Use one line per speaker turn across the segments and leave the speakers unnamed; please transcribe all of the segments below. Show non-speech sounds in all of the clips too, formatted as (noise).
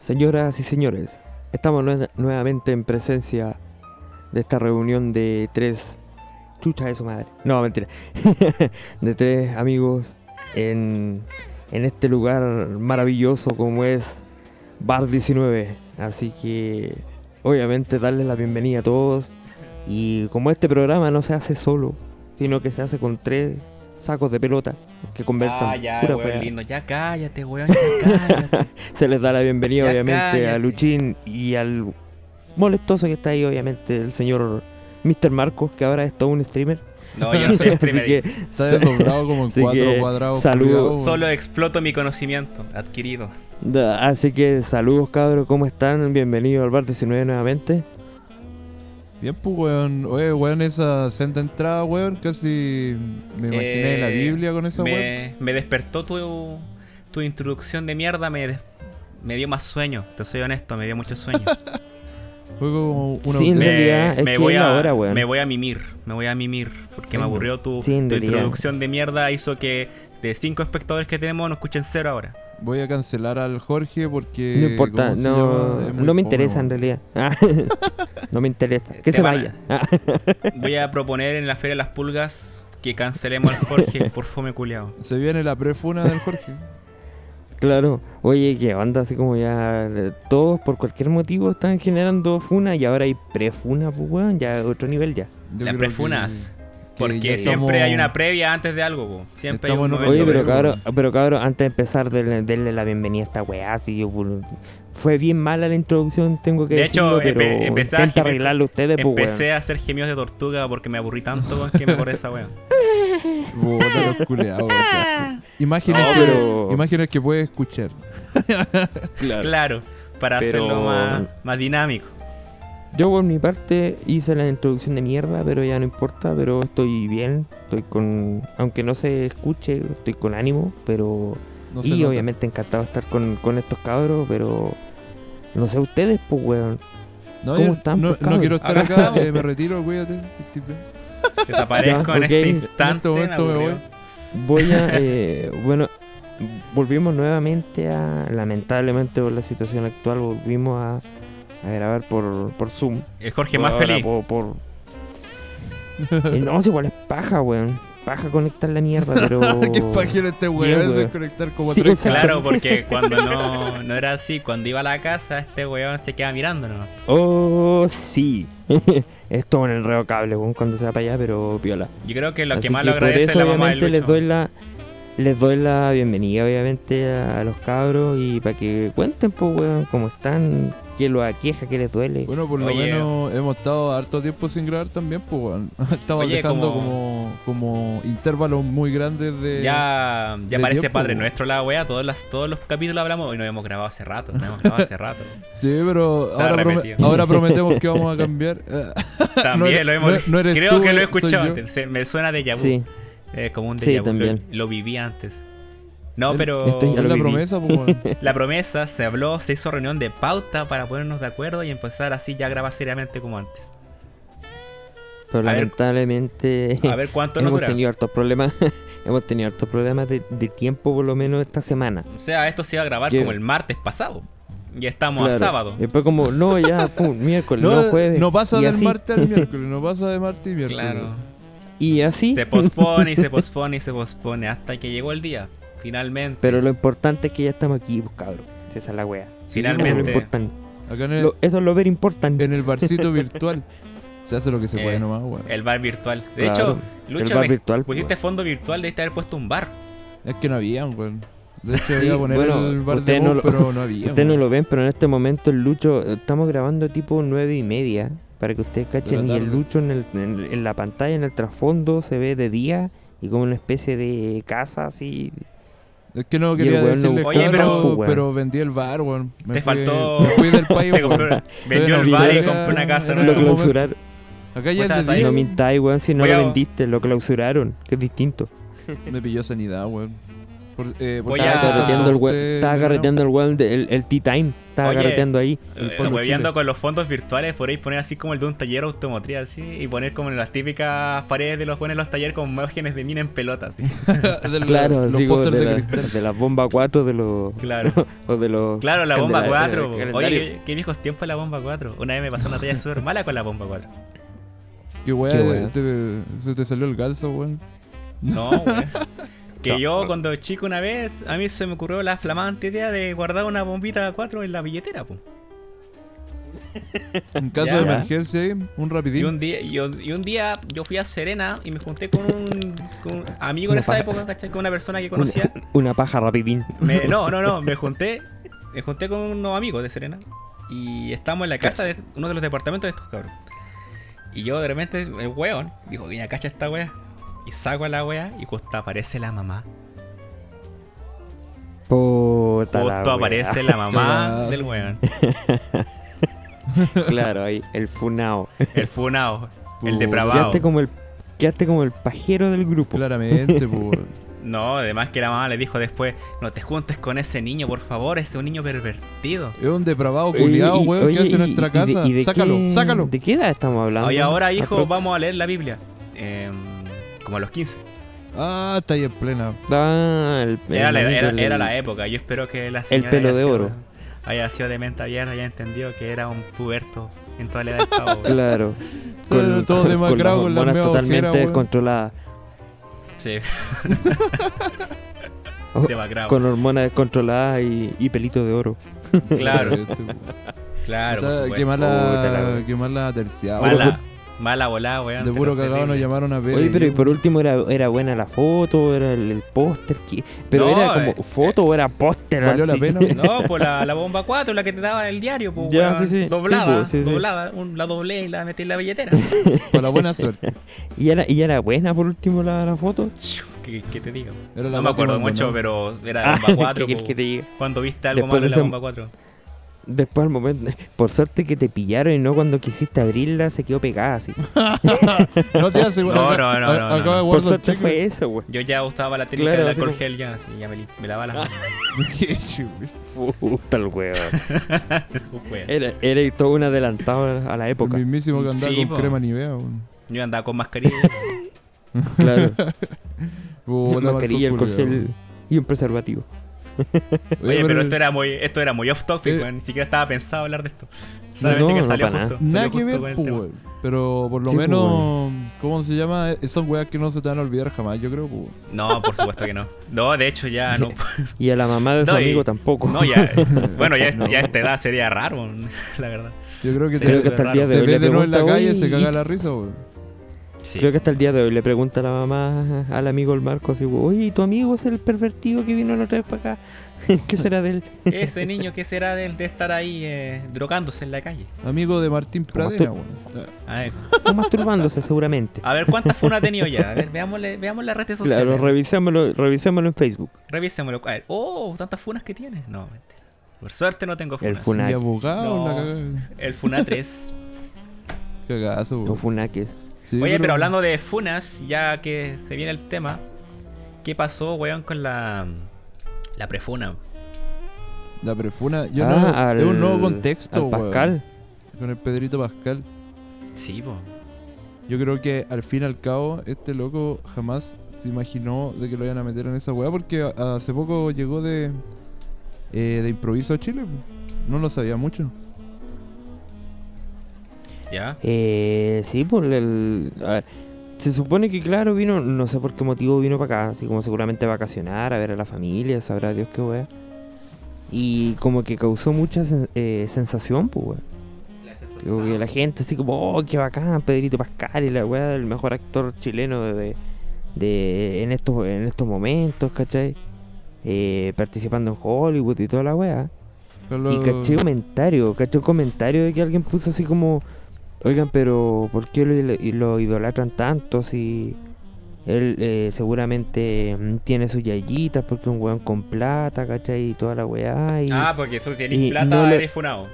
Señoras y señores, estamos nue- nuevamente en presencia de esta reunión de tres. Chucha de su madre. No, mentira. (laughs) de tres amigos en, en este lugar maravilloso como es Bar 19. Así que, obviamente, darles la bienvenida a todos. Y como este programa no se hace solo, sino que se hace con tres sacos de pelota que conversan.
Ah, ya,
pura
weón
wea.
lindo. Ya
(laughs)
cállate, weón, ya cállate.
Se les da la bienvenida,
Ya
obviamente, a
cállate.
Luchín y al molestoso que está ahí, obviamente, el señor Mr. Marcos, que ahora es todo un streamer.
No, Oh, yo
(laughs)
no soy streamer.
Así que, uh.
Está desdoblado
(laughs)
como en
Así
cuatro
que,
cuadrados.
saludos.
culiao, weón.
Solo exploto mi conocimiento adquirido.
da- así que saludos, cabros, ¿cómo están? Bienvenidos al Bar 19 nuevamente.
Bien, pues, weón. Oye, weón, esa senda entrada, weón. Casi me imaginé
Eh,
la Biblia con esa, weón.
Me, me despertó tu, tu introducción de mierda, me, des- me dio más sueño. Te soy honesto, me dio mucho sueño.
Fue como una.
Sí, (laughs) En
me,
realidad, es
me
que
voy
es
a,
la hora, weón.
me voy a mimir, me voy a mimir. Porque me
Sí,
aburrió tu,
sí, en
tu
realidad.
introducción de mierda, hizo que de cinco espectadores que tenemos nos escuchen cero ahora.
Voy a cancelar al Jorge porque.
no importa,
¿cómo se
no,
llama? Es muy
no me
fome,
interesa en
weón.
realidad. Ah, (laughs) no me interesa. Que
Te
se
van a-
vaya. Ah, (laughs)
Voy a proponer en la Feria de las Pulgas que cancelemos al
(laughs)
Jorge por fome culiao.
Se viene la prefuna
(laughs)
del Jorge.
claro. Oye, que onda así como ya eh, todos por cualquier motivo están generando funa y ahora hay prefuna, pues weón, ya otro nivel ya.
Yo
Las
creo
prefunas.
que- que
Porque
ya
siempre
estamos-
hay una previa antes de algo, po. Siempre hay
Estamos en
un
otro
Oye,
momento
pero
Bueno,
previo.
cabrón,
pero-
pero cabrón, antes de empezar, denle, denle la bienvenida a esta weá, así yo, pul- fue bien mala la introducción, tengo que
De
decirlo,
hecho,
pero
empe- empecé a
intenta
gemir-
arreglarlo ustedes, pues
Empecé a hacer gemidos de tortuga porque me aburrí tanto weón, que me acordé de esa weón.
Puta, los culiaos, weón, qué
(laughs)
asco. Imágenes,
No,
que,
pero-
imágenes que puedes escuchar.
Claro, para
Pero-
hacerlo más, más dinámico.
Yo por mi parte hice la introducción de mierda, pero ya no importa, pero estoy bien, estoy con, aunque no se escuche, estoy con ánimo, pero...
No se
y
nota.
obviamente encantado de estar con, con estos cabros, pero... No sé ustedes, pues weón.
No,
¿Cómo
yo
están,
no,
pues,
no
cabrón?
quiero estar acá,
Acá-
eh, me retiro, cuídate. Tipo.
Desaparezco en
ok.
este
En
este
instante. me
momento me
aburrió.
voy.
Voy a... eh, (laughs) bueno, volvimos nuevamente a... Lamentablemente por la situación actual, volvimos a, a grabar por, por Zoom.
El Jorge
Por
más
ahora,
feliz.
Por, por- Eh, no, si igual es paja, weón. Paja conectar la mierda,
(laughs)
pero...
(laughs) Qué página este
Bien,
weón
weón.
de conectar como
Oh, Sí,
tres.
exacto.
Claro, porque cuando no, no era así, cuando iba a la casa, este weón se queda mirando, ¿no?
Oh, sí. (laughs) es todo un enredo cable, weón, cuando se va para allá, pero piola.
Yo creo que lo
Así
que más lo
por
agradece es
eso,
la mamá del
obviamente, les
Lucho.
doy la les doy la bienvenida obviamente a los cabros y para que cuenten pues weón cómo están, qué los aqueja, qué les duele.
Bueno, por lo
Oye.
menos hemos estado harto tiempo sin grabar también, pues weón. (laughs) Estamos
Oye,
dejando
como-
como... Como, intervalos muy grandes de...
Ya, ya
de
parece
tiempo,
padre
weón.
nuestro la wea, todos, las, todos los capítulos hablamos, hoy no hemos grabado hace rato, no hemos grabado hace rato.
Sí, pero
Está
ahora, prome-
repetido. (laughs)
ahora prometemos que vamos a cambiar. Eh,
También
No
lo
eres-
hemos
no- no eres
Creo
tú, eh,
que lo he
soy
escuchado,
yo.
te- se- me suena de vu,
sí,
eh, como un
Sí,
déjà vu, lo-
también.
Lo, viví antes. No,
El-
pero
Estoy- ya
es
lo
la
viví.
promesa,
(laughs)
pues weón.
la promesa se habló, se hizo reunión de pauta para ponernos de acuerdo y empezar así ya a grabar seriamente como antes.
pero
a ver-
lamentablemente (laughs)
A ver cuánto nos
hemos
dura.
tenido hartos problemas, (laughs) hemos tenido hartos problemas de, de tiempo por lo menos esta semana.
O sea, esto se iba a grabar
Yo-
como el martes pasado. Y estamos a
Claro.
sábado.
Y Después como no
(laughs)
ya pum, miércoles, no, jueves.
no pasa
y
del
así,
martes al miércoles, no pasa de
(laughs)
martes y miércoles.
Claro.
y así.
Se pospone y se pospone y se pospone hasta que llegó el día. Finalmente.
Pero lo importante es que ya estamos aquí, pues, cabrón. Si Esa es la wea.
Sí,
Eso es lo
Finalmente.
importante.
Acá en el,
Lo- eso es lo ver importante.
Eh. en el
(laughs)
barcito virtual se hace lo que se
Eh,
puede nomás, weón.
El bar virtual. De
Claro,
hecho,
el
Lucho,
bar
me-
virtual, pues.
pusiste fondo virtual, debiste haber puesto un bar.
Es que no habían, weón. De hecho,
Sí,
iba a poner
bueno,
el bar de
ustedes no
Moe,
lo- (laughs)
pero no había.
Ustedes no
weón.
lo ven, pero en este momento el Lucho, estamos grabando tipo nueve y media, para que ustedes cachen, y el
tarde.
Lucho en, el- en- en la pantalla, en el trasfondo, se ve de día Y como una especie de casa así.
Es que no
Y el
quería
weón no
decirle pues,
buscó el
claro,
campo, weón.
pero vendí el bar, weón. Me
Te
fui-
faltó-
Me fui del
(laughs)
país,
Te
weón.
compró- vendió el
no,
bar y
Victoria
compró una casa.
era
en este
Lo
como-
otro-
clausuraron.
Acá ya
Puta,
es de
¿sabes?
día,
No mintáis, weón, si no
Voy
lo
a-
vendiste, lo clausuraron, que es distinto.
weón. Me pilló sanidad, weón. Por- eh, por
Voy
si
Estaba
a-
acaso,
carreteando el weón,
usted-
estaba
no, (laughs)
carreteando el weón, de- el, el tea time, estaba
Oye.
carreteando ahí.
El
Eh,
polvo
Hueveando
chile.
con los fondos virtuales, podéis poner así como el de un taller automotriz, así, y poner como en las típicas paredes de los buenos los talleres con imágenes de mina en pelotas, así. (laughs)
no. Del-
Claro,
los
digo,
pósters
de,
de
la,
cristal.
de la bomba 4 de los...
Claro,
o de los
claro, (laughs) la bomba
candela-
4.
calendario.
Oye, qué, qué viejos tiempos la bomba 4. Una vez me pasó una talla (laughs) súper mala con la bomba 4.
Qué
Qué
weón.
weón.
te- Se te salió el galzo, weón.
No, (laughs) güey. Que yo cuando chico una vez, a mí se me ocurrió la flamante idea de guardar una bombita 4 en la billetera, po. (laughs)
En caso
Ya.
de
Ya.
emergencia, ahí, un
Y
rapidín.
un día, y un- y un día yo fui a Serena y me junté con un, con un amigo en
Una
esa
paja.
época, ¿cachai? Con una persona que
Una,
conocía.
una paja rapidín.
Me- no, no, no, me junté, me junté con unos amigos de Serena y estábamos en la casa de uno de los departamentos de estos cabros. Y yo de repente, el weón, dijo, mira, cacha esta wea. Y saco a la wea y justo aparece la mamá.
Puta la
Justo
wea.
aparece la mamá
Cagazo.
del weón.
(laughs) Claro, ahí, el funao.
El funao, el
Puh,
depravado.
Quedaste como el, quedaste como el pajero del grupo.
(laughs) Claramente, po, weón.
No, además que la mamá le dijo después, no te juntes con ese niño, por favor, ese es un niño pervertido.
Es un depravado
Oye,
culiado,
y-
weón, que
oye,
hace
y-
en nuestra
y de-
casa.
y de
sácalo,
qué-
sácalo.
¿De qué edad estamos hablando?
Oye, ahora hijo,
Aprox.
vamos a leer la Biblia. Eh, como a los 15.
Ah, está ahí en plena.
Ah, el- el
Era la,
amigo
era,
del-
era la época, yo espero que la señora
pelo
haya
de
sido-
oro.
haya sido de mente abierta, haya entendido que era un puberto en toda la edad del pavo, weón.
Claro.
(laughs) Todo- todo demacrado, con la
hormonas
media
totalmente
ojera, weón.
descontroladas. (laughs)
Sí.
Oh,
Demacrado.
Con hormonas descontroladas y, y pelitos de oro. (laughs)
Claro,
Este, weón.
claro, por
Está-
supuesto.
qué
Puta la
mala,
weón.
qué mala terciada.
Mala, mala volada, weón.
De puro
pero
cagado nos
terrible.
llamaron a ver.
Oye, pero y por último era, era buena la foto, era el, el póster. ¿qué? Pero
No,
era como
eh,
foto o era póster.
¿Valió la
así.
pena?
No, pues la, la bomba 4, la que te daba en el diario, pues,
Ya,
weón,
sí, sí. Sí,
doblada,
pues, sí, sí.
doblada, un- la doblé y la metí en la
(laughs)
billetera.
pues, Para la buena suerte.
Y era, y era buena por último la, la foto.
¿Qué, qué te digo? No
Era la
me
última
acuerdo
buena.
mucho, pero era
(laughs)
la bomba 4.
Ah, que- que te diga.
Cuando viste algo
Después
malo
de
en la
ese-
bomba 4.
Después al momento, por suerte que te pillaron y no cuando quisiste abrirla se quedó pegada así.
No te hace,
No, no,
acá-
no,
a-
no, no,
Acaba de
no.
Por
guardar
suerte fue eso, güey.
Yo ya gustaba la técnica
Claro,
del
así
alcohol
como-
gel ya, así, ya me, li- me lavaba las manos. (laughs)
(laughs)
Puta el weón.
Weón.
Era, era todo un adelantado a la
El
época.
mismísimo que andaba
Sí,
con
po.
crema nivea.
(laughs)
weón.
Yo andaba con mascarilla.
(laughs)
Claro.
Oh, la
mascarilla,
marcó
alcohol
culiao.
gel y un preservativo.
Oye, pero esto era muy, esto era muy off topic,
Eh.
weón, ni siquiera estaba pensado hablar de esto. Solamente
No,
que
no,
salió
para
justo.
Nada
salió
que
justo
ver,
con el
po,
tema.
weón. Pero por lo
Sí, pues, po,
menos, ¿cómo se llama? Esas weas que no se te van a olvidar jamás, yo creo, pues, po, weón.
No, por supuesto que no. No, de hecho ya no. (laughs)
Y a la mamá de su
No, y-
amigo tampoco.
No, ya. Bueno, ya, ya a esta edad sería raro, weón, (laughs) la verdad.
Yo creo que
Sí,
(laughs)
te,
Creo que hasta el día
te
de hoy
ves
le
de nuevo en la
pregunta,
calle
"Oye,
se caga
¿y-
la risa, weón.
Sí.
Creo que hasta el día de hoy le pregunta la mamá al amigo el Marco así, oye, ¿y tu amigo es el pervertido que vino la otra vez para acá? (laughs) ¿Qué será de él?
Ese niño, ¿qué será de, de estar ahí eh, drogándose en la calle?
Amigo de Martín
Como
Pradera,
tú.
weón.
A ver,
O masturbándose seguramente.
Ah,
a ver cuántas funas ha tenido ya. A ver, veámosle, veamos las redes sociales.
Claro, revisémoslo, revisémoslo en Facebook.
Revisémoslo. A ver, oh, tantas funas que tiene. No, mentira. Por suerte no tengo
El
funas.
funa-
Y
Nah.
abogado,
No.
la caga.
El Funa (laughs) 3.
Cagazo,
No
weón.
funaques.
Sí,
Oye, pero hablando de funas, ya que se viene el tema, ¿qué pasó, weón, con la la prefuna?
La prefuna, yo
Ah,
no.
al-
es un nuevo contexto,
al
weón.
Pascal.
Con el Pedrito Pascal.
Sí, po.
Yo creo que al fin y al cabo, este loco jamás se imaginó de que lo iban a meter en esa weá porque a- hace poco llegó de. eh, de improviso a Chile. po. No lo sabía mucho.
¿Ya?
Eh, sí, por el... a ver, se supone que, claro, vino, no sé por qué motivo vino para acá, así como seguramente a vacacionar, a ver a la familia, sabrá Dios qué wea. Y como que causó mucha sen- eh, sensación, pues, wea. Como que la gente así como, oh, qué bacán, Pedrito Pascal y la weá, el mejor actor chileno de, de- de- en, estos, en estos momentos, ¿cachai? Eh, participando en Hollywood y toda la weá.
Pero lo-
Y caché un comentario, caché un comentario de que alguien puso así como, oigan, pero ¿por qué lo, lo idolatran tanto si Él eh, seguramente mm, tiene sus yayitas porque es un weón con plata, ¿cachai? Y toda la weá. Y,
Ah, porque tú tienes
y
plata,
no le-
eres funado.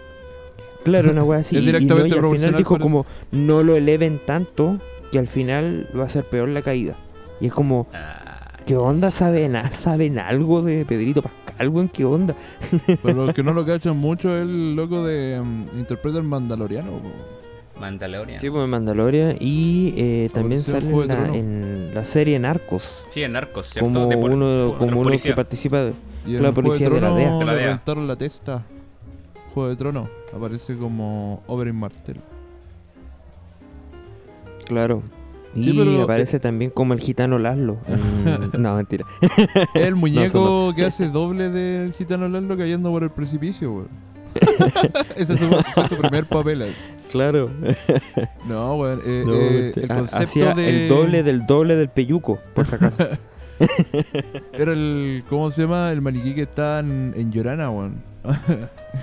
Claro, una weá así.
Es
y- y no,
directamente
y al final
proporcional
dijo
por
como no lo eleven tanto que al final va a ser peor la caída. Y es como,
Ah,
¿qué onda? ¿Saben, a- ¿saben algo de Pedrito Pascal, weón? ¿Qué onda?
(laughs) Para los que no lo cachan mucho, el loco de mm, interpreta el mandaloriano. po.
Mandalorian.
Sí, pues en Mandalorian y eh, también
Apareció en
sale
Juego
en
de
la,
Tronos.
en la serie Narcos.
Sí, en Narcos, ¿cierto?
Como
De pol-
uno,
por-
como uno que
policía.
participa. de-
Y
La
en Juego
policía de la DEA.
De la
le
DEA.
reventaron la testa. Juego de Trono. Aparece como Oberyn Martell.
Claro.
Sí,
y
pero- eh,
aparece también como el gitano Laszlo.
(laughs)
en- no, mentira.
El muñeco
(laughs) No,
que hace doble del gitano Lalo cayendo por el precipicio, weón. (laughs) Ese fue, fue su primer papel. ahí.
(laughs) Claro.
No, weón. eh, eh, el concepto
este, Ah, hacía
de.
el doble del doble del peyuco, por si acaso.
Era el. ¿Cómo se llama? El maniquí que está en, en Llorana, weón.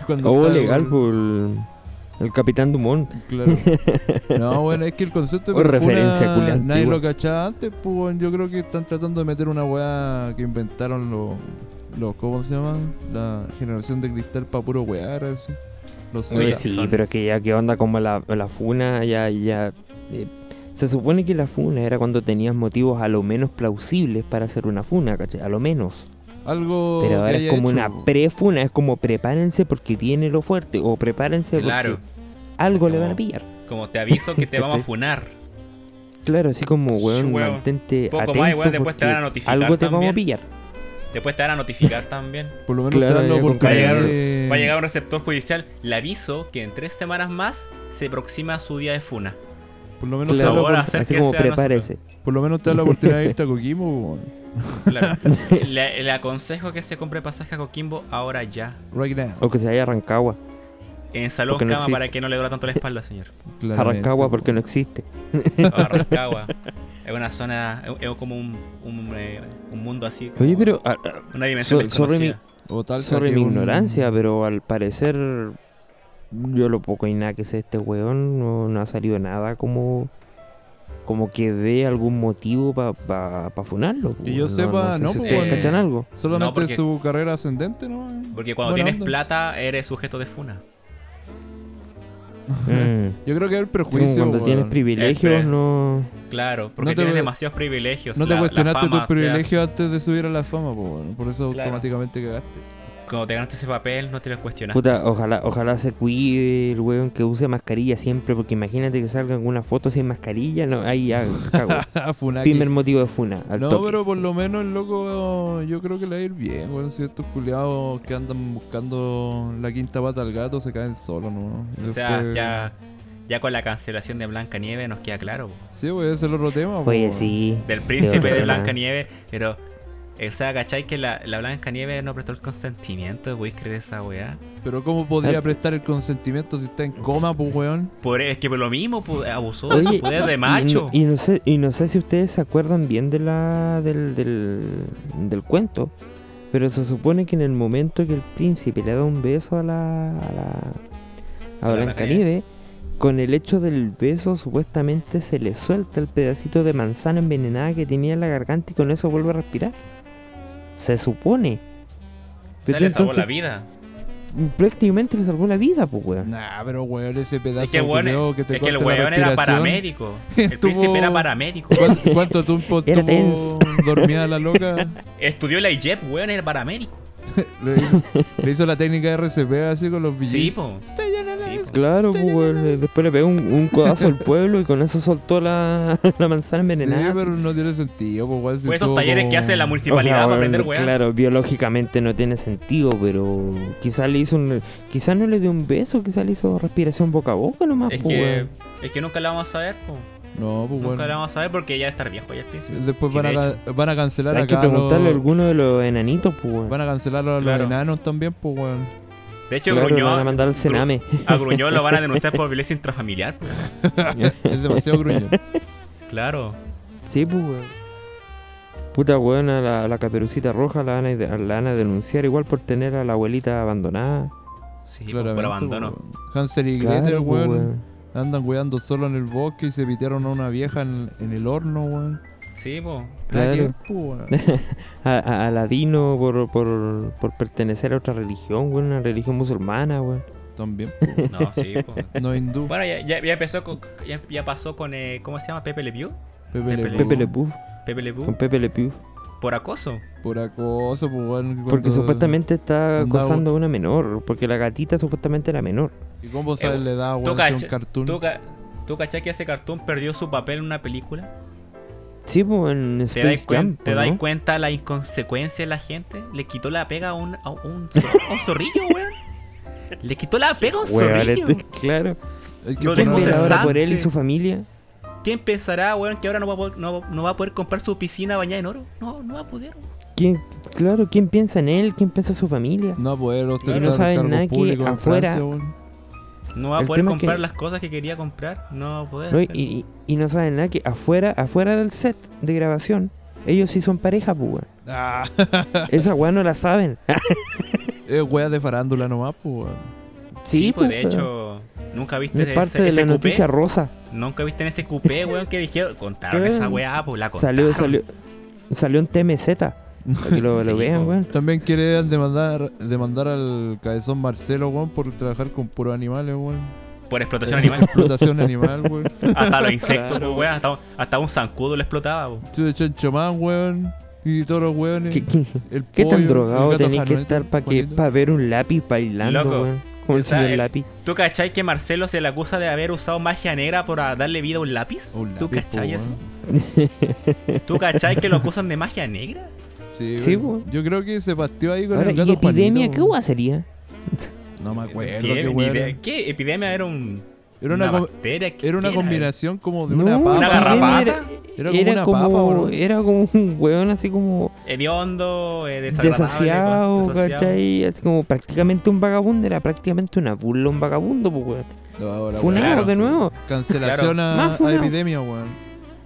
(laughs) Cuando
oh,
está
legal,
con-
por el, el capitán Dumont.
Claro.
(laughs)
No, bueno, es que el concepto
Oh,
de perfuna
referencia, culia
nadie
antigua.
lo cachaba antes, pues weón. yo creo que están tratando de meter una weá que inventaron los, los ¿cómo se llama? La generación de cristal para puro wear, así. Los
Oye,
Zetas.
sí,
son-
pero es que ya qué onda como la, la funa, ya, ya. eh, se supone que la funa era cuando tenías motivos a lo menos plausibles para hacer una funa, ¿cachai? A lo menos.
Algo
Pero
que
ahora
haya
es como
hecho,
una
po.
prefuna, es como prepárense porque viene lo fuerte, o prepárense porque
Claro,
algo le van a
Como-
pillar.
como te aviso que te vamos a
¿Cachai?
funar.
Claro, así como,
Sí,
weón,
weón.
mantente
Poco más,
atento
igual después te
porque
van a notificar
Algo te vamos
también.
a pillar.
Después te van a notificar también.
Por lo menos
Claro,
te dan la
ya con
oportunidad
calma.
de-
Va a llegar un receptor judicial. Le aviso que en tres semanas más se aproxima su día de funa.
Por lo menos,
Claro,
te, dan
favor,
la,
hacer
así
que
como
sea nosotros.
prepárese.
opor- por lo menos te dan la oportunidad de irte a Coquimbo, (laughs) po, weón.
Claro. (laughs) le, le aconsejo que se compre pasaje a Coquimbo ahora ya.
Right now.
O que se vaya a Rancagua.
En salón
Porque no
cama
existe.
para que no le duela tanto la espalda, señor.
A
Claramente,
Rancagua
po.
porque no existe.
A Rancagua. Es una zona, es, es como un, un, eh, un mundo así. como
Oye, pero ah, ah,
Una dimensión
so- sorry, mi-
desconocida.
O tal
sobre
que
mi
un-
ignorancia, pero al parecer yo lo poco y nada que sé de este weón, no, no ha salido nada como como que dé algún motivo para pa, pa funarlo.
Que yo
No-
sepa,
no, sé
no,
si
pues,
ustedes
bueno.
cachan
(laughs)
algo.
Solamente
No, porque-
su carrera ascendente, ¿no?
Porque cuando
Buena
tienes
onda.
plata, eres sujeto de funa.
Mm.
Yo creo que el
Como
prejuicio.
cuando tienes
weón.
privilegios,
pre-
no.
Claro,
No
porque
te
tienes
cu-
demasiados privilegios.
No te
la- la
cuestionaste
fama
tus
te
privilegios antes de subir a la fama, po, weón. por eso
Claro.
automáticamente cagaste. (laughs)
hace- Cuando te ganaste ese papel, no te lo cuestionaste.
Puta, ojalá, ojalá se cuide el weón que use mascarilla siempre, porque imagínate que salga alguna foto sin mascarilla, no, ahí ya
(laughs)
cago.
Funaki.
Primer motivo de funa. al
No,
toque.
pero por lo menos el loco yo creo que le va a ir bien, weón. Si estos culiados que andan buscando la quinta pata al gato se caen solos, ¿no? Y
O sea,
después-
ya, ya con la cancelación de Blanca Nieve nos queda claro. po.
Sí, weón, ese es el otro tema, po,
Oye,
weón.
sí.
Del príncipe de
verdad.
Blanca Nieve, pero. eh, O sea, ¿cachai que la, la Blanca Nieve no prestó el consentimiento? ¿Voy a creer esa weá?
Pero ¿cómo podría
Ah.
prestar el consentimiento si está en coma, pues, weón?
Por, es que por lo mismo pu- abusó de
Oye,
su poder de
y-
macho.
Y, no sé, y no sé si ustedes se acuerdan bien de la, del, del, del cuento, pero se supone que en el momento que el príncipe le da un beso a la. a la. a
A la
Blancanieves, con el hecho del beso supuestamente se le suelta el pedacito de manzana envenenada que tenía en la garganta y con eso vuelve a respirar. Se supone.
Se
Pero
le salvó
entonces,
la
(laughs)
vida.
Prácticamente le salvó la vida, pues, weón.
Nah, pero weón, ese pedazo
Es que el weón,
culiao que te
es que el
corta la
weón era
respiración.
(laughs)
paramédico. El príncipe
Estuvo-
era paramédico.
¿Cuánto, cuánto tiempo
Era
estuvo dormida
(laughs)
la loca?
Estudió la IJEP, weón, era paramédico.
Le hizo, le hizo la técnica de RCP así con los billetes.
Sí, po.
Está llena la-
Sí, po.
Claro,
Está
pues,
llena
weón, eh, después le pegó un, un codazo al pueblo y con eso soltó la, (laughs) la manzana
Sí,
envenenada.
pero no tiene sentido, po, weón, si
Fue Pues esos
estuvo
talleres
como-
que hace la
O sea,
municipalidad para
weón,
aprender weón.
claro, biológicamente no tiene sentido, pero quizás le hizo un, quizás no le dio un beso, quizás le hizo respiración boca a boca nomás,
Es
pues,
que,
weón.
es que nunca la vamos a saber, po.
No, pues
Nunca la
bueno.
vamos a saber porque ya está viejo ya el príncipe.
Después
Sí,
van a,
de
ca- van a cancelar
Hay que
acá a los-
preguntarle a alguno de los enanitos, pues, weón.
Van a cancelar a los
Claro.
enanos también, pues weón.
De hecho,
Claro, lo
Gruñón,
van a mandar al
Gru-
cename. (laughs)
a Gruñón lo van a denunciar por violencia intrafamiliar, po.
Es
(laughs)
demasiado gruñón.
pues, Claro.
Sí, pues, weón. Puta weón, a la, a la caperucita roja la van, a, la van a denunciar igual por tener a la abuelita abandonada.
Sí, po,
Claramente,
por abandono.
po, weón. Hansel y Gretel,
Claro, pues,
weón. Andan weando solo en el bosque y se pitearon a una vieja en, en el horno, weón.
Sí, po.
Nada que
Claro.
ver, po, weón.
(laughs) A, a- a Ladino por, por, por pertenecer a otra religión, weón, una religión musulmana, weón.
También.
No, sí, po.
No hindú.
Bueno, ya, ya, ya empezó con, ya, ya pasó con, eh, ¿cómo se llama? Pepe Le Pew.
Pepe Le
Pepe
Pew.
Pepe Le Pew,
Pepe Le Pew,
con Pepe Le Pew.
por acoso.
Por acoso, pues, weón. que
Porque
cuando-
supuestamente está
andaba-
acosando a una menor, porque la gatita supuestamente era menor.
¿Y cómo sale la edad,
Eh, ¿Tú,
weón? si es
cacha,
un cartoon.
tú, ca- tú cachai que ese cartoon perdió su papel en una película?
Sí, pues en
¿Te dais,
Space
cuen-
Jam.
¿te
¿o
dais
no?
cuenta la inconsecuencia de la gente? Le quitó la pega a un, a un, zor- a un zorrillo, weón. Le quitó la pega a un
Weón,
zorrillo.
este- (laughs) claro.
Es que
lo dijo
por
Gente
ahora-
César.
ahora por él y
cesante.
su familia.
¿Quién pensará, weón, que ahora no va, a poder, no, no va a poder comprar su piscina bañada en oro? No, no va a poder. weón.
¿Quién, claro, ¿quién piensa en él? ¿Quién piensa en su familia?
pues. No va a poder ostentar
no saben
cargo
nada que
público en
afuera-
Francia, weón.
No va a
El
poder
tema es que-
comprar las cosas que quería comprar. No va a poder.
No, y,
hacer-
y- y no saben nada que afuera, afuera del set de grabación, ellos sí son pareja, pues, weón.
Ah,
Esa weá no la saben.
es wea de farándula nomás, pues, weón.
Sí, pues de
weón.
hecho, nunca viste
Es
ese,
parte de
ese
la
cupé?
noticia rosa.
Nunca viste en ese cupé, weón, que dijeron. Contaron
Claro.
esa weá, pues la contaron.
Salió, salió, salió en TMZ. Para que
(laughs)
lo, lo
Sí, pues.
vean,
po.
weón.
También quieren demandar, demandar al cabezón Marcelo, weón, por trabajar con puros animales, weón.
Por
(laughs)
explotación animal.
Explotación animal, weón.
Hasta los insectos, pues, weón. Hasta, hasta un zancudo lo explotaba, pues. weón.
Tú de chancho más, weón. Y todos los weones.
¿Qué, qué-
El
qué
pollo,
tan
el
drogado
gato
tenés que
Janueta,
estar para que
Juanito.
pa ver un lápiz bailando,
Loco.
weón? Como el
O sea,
señor
el-
lápiz.
¿Tú cachai que Marcelo se le acusa de haber usado magia negra para darle vida a un lápiz?
Un
¿Tú
lápiz, pues,
cachai
po,
eso?
Oh, weón.
¿Tú cachai que lo acusan de magia negra?
Sí,
Sí,
weón.
weón.
Yo creo que se pasteó ahí con
Ahora,
el
¿y
gato
epidemia
Juanito,
qué
weón.
guay sería?
No (laughs) me acuerdo
¿Qué,
qué
ni
weón.
idea. ¿Qué? epidemia era un.
Era una, co-
bacteria? ¿Qué
era una combinación como de una
No,
papa.
¿Una
epidemia
garrapata?
era-
Era
Era,
como una
como,
papa, weón.
era como un weón así como
Hediondo, eh, desagradable.
desasiado,
weón, desasiado.
¿cachai? Así como prácticamente un vagabundo, era prácticamente una burla un vagabundo, pues weón.
No, ahora,
Fue
weón.
claro.
de nuevo.
Cancelación a-
Más
a,
funado.
epidemia, weón.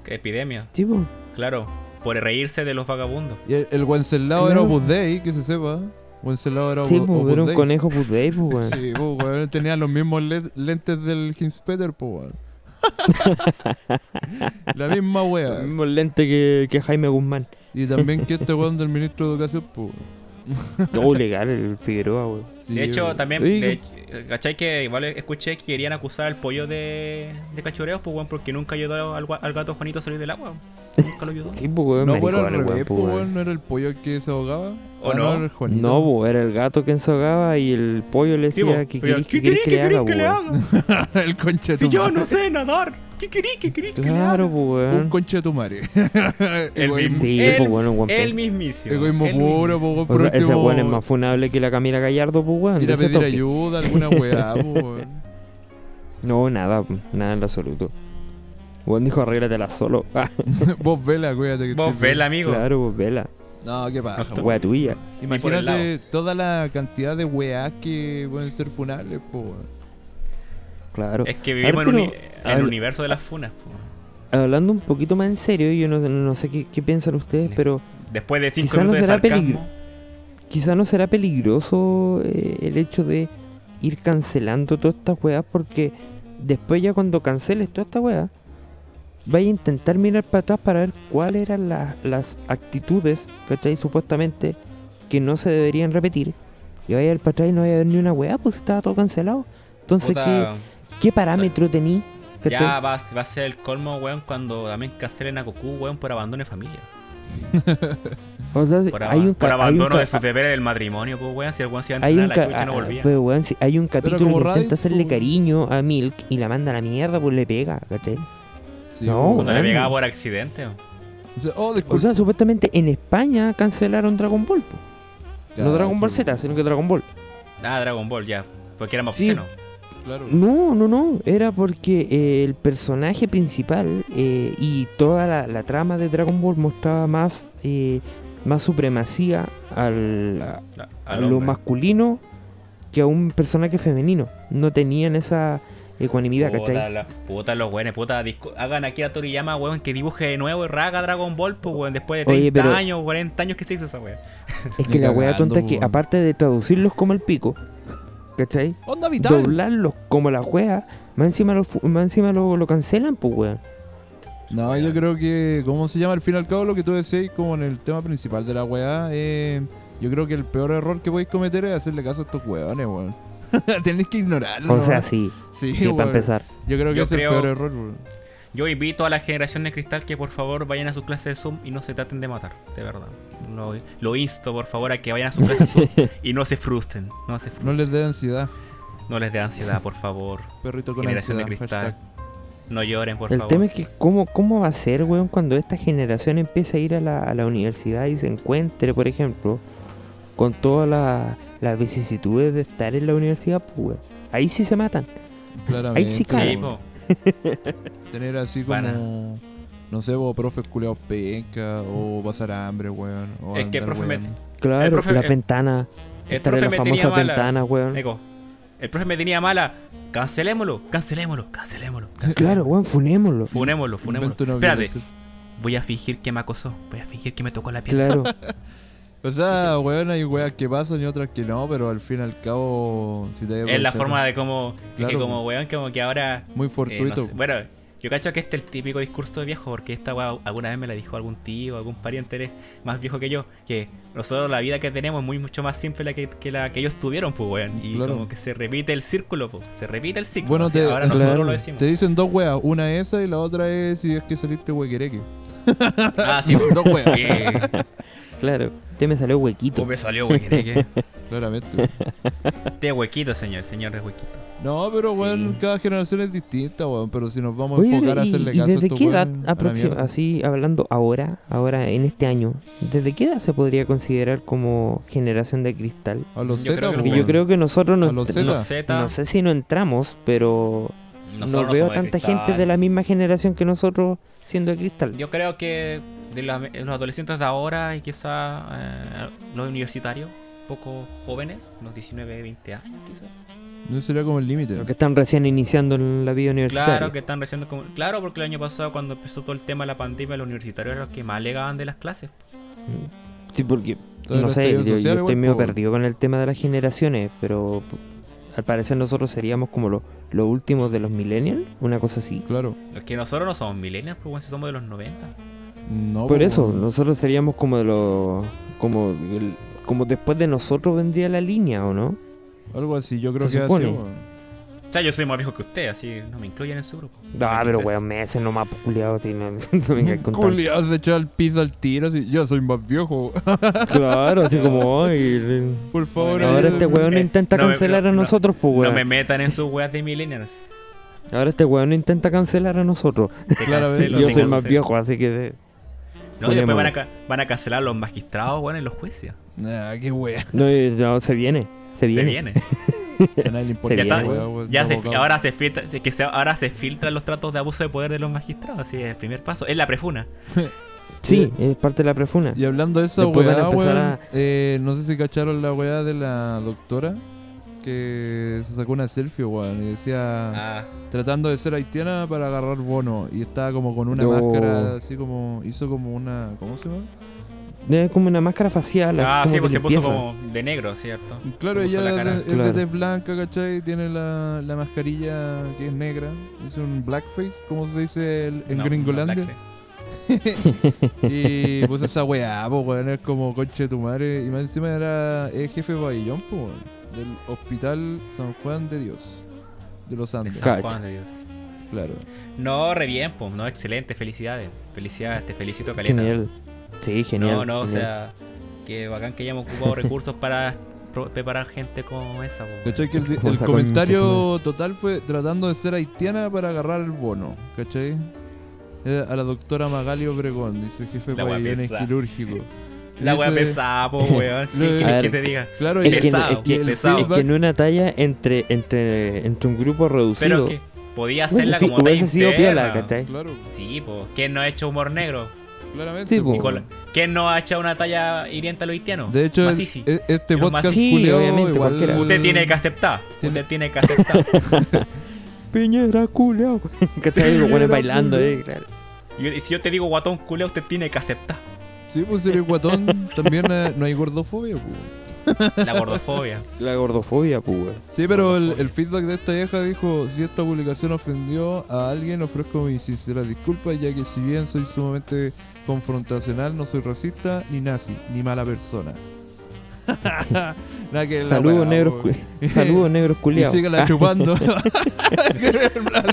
Epidemia,
Sí, pues, po.
claro. Por reírse de los vagabundos.
Y el, el Wenceslao
Claro.
era Opus Dei, que se sepa. Wenceslao era
Sí,
Opus,
po,
Opus
era un
Dei.
conejo pues de ahí, pues, weón.
(laughs) Sí, po, weón, tenía los mismos le- lentes del Hinspeter, po,
(laughs)
weón. La misma
El
wea.
Mm.
mismo lente que, que Jaime Guzmán.
Y también que este weón del ministro de Educación, po. weón.
Oh, legal el Figueroa, weón.
Sí,
de hecho,
weón.
también,
Oye,
de- ¿cachai? Que igual escuché que querían acusar al pollo de, de cachureos, pues, weón, porque nunca ayudó al, gua- al gato Juanito a salir del agua. Nunca
(laughs)
lo ayudó.
Sí, pues, weón.
No, bueno,
maricón,
al
el
revés,
weón,
po,
pues, weón.
weón. No era el pollo el que se ahogaba.
¿O
Ah,
no?
era el Juanito.
No, pues. bo, era el gato que ensogaba y el pollo le
Sí,
decía
po,
que
pero,
querís que, querís que le haga, po, weón?".
(laughs)
(laughs)
el concha de
Si
tu
yo
madre.
no sé nadar, ¿qué querís que querís que le haga?
Claro, po,
Un
weón.
concha de tu madre. (laughs)
El
Egoísmo-
mismo.
Sí,
El-
pues bueno, weón.
El mismísimo.
Egoísmo
el
puro, po, weón.
O
Por
sea, ese
último,
weón es más funable que la Camila Gallardo, pues weón.
Ir
de
a
ese
pedir
toque.
ayuda, alguna
(laughs)
weá, po, weón.
No, nada, po, nada en lo absoluto. Weón dijo arréglatela solo. (laughs) Ah,
(laughs) Vos vela, cuídate. que
Vos
estés bien.
vel, amigo.
claro, pues vela.
No, qué pasa.
No,
Wea tuya.
Y por el
Imagínate toda la cantidad de weás que pueden ser funables, po. weón.
Claro.
Es que
A
vivimos
ver,
en, un
pero-
uni-
a
en el
ver.
universo de las funas. po.
Hablando un poquito más en serio, yo no, no sé qué, qué piensan ustedes, pero
Después de 5
Quizá no
minutos de
será
sarcasmo.
peligro. quizá no será peligroso eh, el hecho de ir cancelando todas estas weas porque después ya cuando canceles toda esta wea vaya a intentar mirar para atrás para ver cuáles eran la- las actitudes, ¿cachai? Supuestamente que no se deberían repetir y vaya a ir para atrás y no vaya a haber ni una wea, pues estaba todo cancelado. Entonces, ¿qué,
Puta,
qué parámetro tení? ¿cachai?
ya va, a- va a ser el colmo, weón, cuando también cancelen a Goku, weón, por abandono de familia.
O sea,
Por,
hay
aba-
un
por
ca- hay un
abandono
ca-
de sus deberes del matrimonio, pues, weón. Si el weón se iba a
Hay un,
entrenar a
ca-
la chucha y no
ah,
volvía.
pero, weón, si hay un capítulo
como
que
Raditz,
intenta hacerle
pues.
cariño a Milk y la manda a la mierda, pues le pega, ¿cachai?
Sí,
No,
po,
cuando le
weón.
pegaba por accidente. weón.
O sea, oh,
O
disculpa.
sea, supuestamente en España cancelaron Dragon Ball. po. No Dragon Ball Z, sino que Dragon Ball.
Ah, Dragon Ball, ya. Porque era más
Sí.
obsceno.
Claro.
No, no, no. Era porque eh, el personaje principal eh, y toda la, la trama de Dragon Ball mostraba más, eh, más supremacía al, a-
A-
a
Ah, al
lo
hombre.
masculino que a un personaje femenino. No tenían esa ecuanimidad,
Puta,
¿cachai?
la- puta los weones, puta, disco- hagan aquí a Toriyama, weón, que dibuje de nuevo y raga Dragon Ball, pues, weón, después de
Oye,
30
pero-
años, 40 años que se hizo esa weón.
Es
Ni
que la wea
cagando,
tonta es que,
po.
aparte de traducirlos como el pico, ¿cachai?
Onda vital.
doblarlos como la juega, más encima lo, fu- más encima lo, lo cancelan, pues weón.
No,
Weá.
yo creo que, ¿cómo se llama? Al fin y al cabo, lo que tú decís, como en el tema principal de la weá, eh, yo creo que el peor error que podéis cometer es hacerle caso a estos weones, weón. (laughs) Tenéis que ignorarlo.
O sea,
nomás.
sí,
sí,
sí,
weón.
para empezar.
Yo creo que
Yo
es
creo-
el peor error, weón.
Yo invito a la generación de cristal que por favor vayan a sus clases de Zoom y no se traten de matar, de verdad. Lo, lo insto por favor a que vayan a sus clases de Zoom y no se frustren, no se frustren.
No les dé ansiedad,
No les dé ansiedad, por favor.
perrito con
Generación de
ansiedad.
cristal.
hashtag.
No lloren, por
el
favor.
tema es que cómo, cómo va a ser, weón, cuando esta generación empiece a ir a la, a la universidad y se encuentre, por ejemplo, con todas la- las vicisitudes de estar en la universidad, pues, weón. Ahí sí se matan.
Claramente,
Ahí sí cae.
Sí,
Claro.
po.
Tener así como.
Van a-
No sé, vos, profes culeados penca, o pasar hambre, weón. O
Es que el
andar
profe me-
weando.
Claro,
profe-
las
el-
ventanas.
el
estar en
profe
las
me tenía
famosas
mala.
ventanas, weón.
Eco, el profe me tenía mala. Cancelémoslo, cancelémoslo, cancelémoslo.
Claro, weón, funémoslo.
Funémoslo, funémoslo.
Invento una
Espérate,
violación.
voy a fingir que me acosó. Voy a fingir que me tocó la piel.
Claro,
O sea, weón, hay weas que pasan y otras que no, pero al fin y al cabo. Si te
Es la forma de como. es que
Claro.
como weón, como que ahora.
Muy
eh, no
fortuito.
sé. Bueno, yo cacho que este es el típico discurso de viejo, porque esta weá alguna vez me la dijo algún tío, algún pariente eres más viejo que yo, que nosotros la vida que tenemos es muy mucho más simple la que, que la que ellos tuvieron, pues weón. Y
Claro.
como que se repite el círculo, pues. Se repite el ciclo.
Bueno,
o sea,
te-
ahora nosotros
claro,
lo decimos.
Te dicen dos weas, una esa y la otra es si es que saliste huequereque.
Ah, sí, pues.
(laughs) Dos weas,
Eh,
claro. Usted me salió huequito.
¿Cómo me salió huequito? (laughs)
claramente.
Te huequito, señor. Señor es huequito.
No, pero weón,
Sí.
cada generación es distinta, weón. Pero si nos vamos a
Oye,
enfocar a
y-
hacerle
y,
caso a
desde
estos
qué edad,
weones, a la
aproxima-
mierda.
así hablando ahora, ahora en este año, ¿desde qué edad se podría considerar como generación de cristal?
A los
Yo
Z,
creo que
po,
lo-
Porque
weón.
yo creo que nosotros no,
A los
entr-
Zeta.
no-
Los Z.
no sé si no entramos, pero
nosotros
no
no
veo
somos de
tanta
cristal.
gente de la misma generación que nosotros siendo de cristal.
Yo creo que de la- los adolescentes de ahora y quizá eh, los universitarios, poco jóvenes, unos 19, 20 años quizás.
No sería como el límite.
Los que están recién iniciando en la vida universitaria.
Claro, que están recién como... Claro, porque el año pasado cuando empezó todo el tema de la pandemia, los universitarios eran los que más alegaban de las clases.
Sí, porque
Todo el
no sé, yo,
estallido
yo
social,
estoy
igual,
medio
po, weón.
perdido con el tema de las generaciones, pero p- al parecer nosotros seríamos como los los últimos de los millennials, una cosa así.
Claro.
Es que nosotros no somos millennials, pues bueno, si somos de los 90.
No, po,
Por eso,
weón.
nosotros seríamos como de los. Como, el- como después de nosotros vendría la línea, ¿o no?
Algo así, yo creo
Se
que es así,
supone.
weón.
O sea, yo soy más viejo que usted, así no me incluyen en su grupo.
Ah, pero
23.
weón, meses nomás culiado, así no, (laughs) no venga con tan-
Culiao, se echó al piso al tiro. Así, yo soy más viejo. (laughs)
Claro, así (laughs) como. Ay,
Por favor,
Bueno,
ahora
eh,
este weón
eh,
intenta
no me-
cancelar
no-
a
no-
nosotros, pues
No
weón.
me metan en sus weas de
(laughs)
millennials.
Ahora este weón intenta cancelar a nosotros.
Te
Claramente.
cancelo,
Yo
te
soy más
cancelo.
viejo, así que.
No, y
Ponémoslo.
después van a, ca- van a cancelar a los magistrados, bueno, en los juicios.
Nah, Ah,
(laughs)
qué wea.
No, eh, no, se viene. Se
Se
viene.
viene.
A nadie le
Se
importa.
viene,
Ya, está-
viene,
wea, weón,
ya
de
se,
abogado.
ahora se filtra, que se- ahora se filtran los tratos de abuso de poder de los magistrados, así es el primer paso. Es la prefuna.
Sí, es parte de la profuna.
Y hablando de esa
Después van a
weá,
empezar
weón,
a-
eh, no sé si cacharon la weá de la doctora que se sacó una selfie, weón, y decía
Ah,
tratando de ser haitiana para agarrar bono y estaba como con una
No.
máscara así como hizo como una ¿cómo se llama?
Es como una máscara facial. así como
sí,
de
pues se puso
limpieza.
como de negro, ¿cierto?
Claro,
Se puso
ella
la cara.
de- es
Claro.
de tez blanca, ¿cachai? Tiene la, la mascarilla que es negra, es un blackface, como se dice el- en
No,
Gringolandia.
no, blackface.
y pues esa weá, po, weón, es como conche de tu madre. Y más encima era eh, jefe de pabellón, po, weón, del Hospital San Juan de Dios. De los
De
Andes,
San
Cacha.
Juan de Dios.
claro.
No, re bien, pues, no, excelente, felicidades. Felicidades, te felicito, Caleta.
Genial. Sí, genial.
no, no, o
genial.
sea, que bacán que hayamos ocupado recursos para pro- preparar gente como esa, pues. po.
¿Cachai? Que el,
Como
el
esa
comentario total fue tratando de ser haitiana para agarrar el bono, ¿cachai? Eh, a la doctora Magali Obregón, dice jefe de
La weá
pabellones
pesada.
quirúrgico.
La wea
Dice-
pesada, (laughs) po, weón. ¿Qué,
A
qué-
ver,
qué te diga?
Claro,
Es
y-
que,
pesado,
es que-
y el
es que
pesado.
en una talla entre, entre, entre un grupo
Pero
reducido.
que podía
hubiese
hacerla
si-
como
hubiese sido piola,
interna.
¿cachai?
Claro,
Sí, pues, ¿quién no ha hecho humor negro?
claramente.
Sí,
po,
po.
Nicola- ¿Quién no ha hecho una talla hiriente a los haitianos?
De hecho, el-
Masisi.
e- este
Pero
podcast
Masisi,
culiao
obviamente,
igual-
cualquiera.
usted tiene que aceptar.
Tiene-
Usted tiene que aceptar.
Piñera culiao. (laughs) ¿Cachai? Lo ponen bailando, eh, claro.
Y- y si yo te digo guatón culeo, usted tiene que aceptar.
(laughs)
Sí, pues eres guatón. También eh, no hay gordofobia, pues.
La
(laughs)
gordofobia.
La gordofobia, pues, weón.
Sí, pero el, el feedback de esta vieja dijo, si esta publicación ofendió a alguien, ofrezco mis sinceras disculpas, ya que si bien soy sumamente confrontacional, no soy racista, ni nazi, ni mala persona.
(laughs)
(laughs) Nada que la
Saludos,
weá,
negros,
po.
cu- (laughs) Saludos, negros
Y
culiados.
síganla
(laughs)
chupando.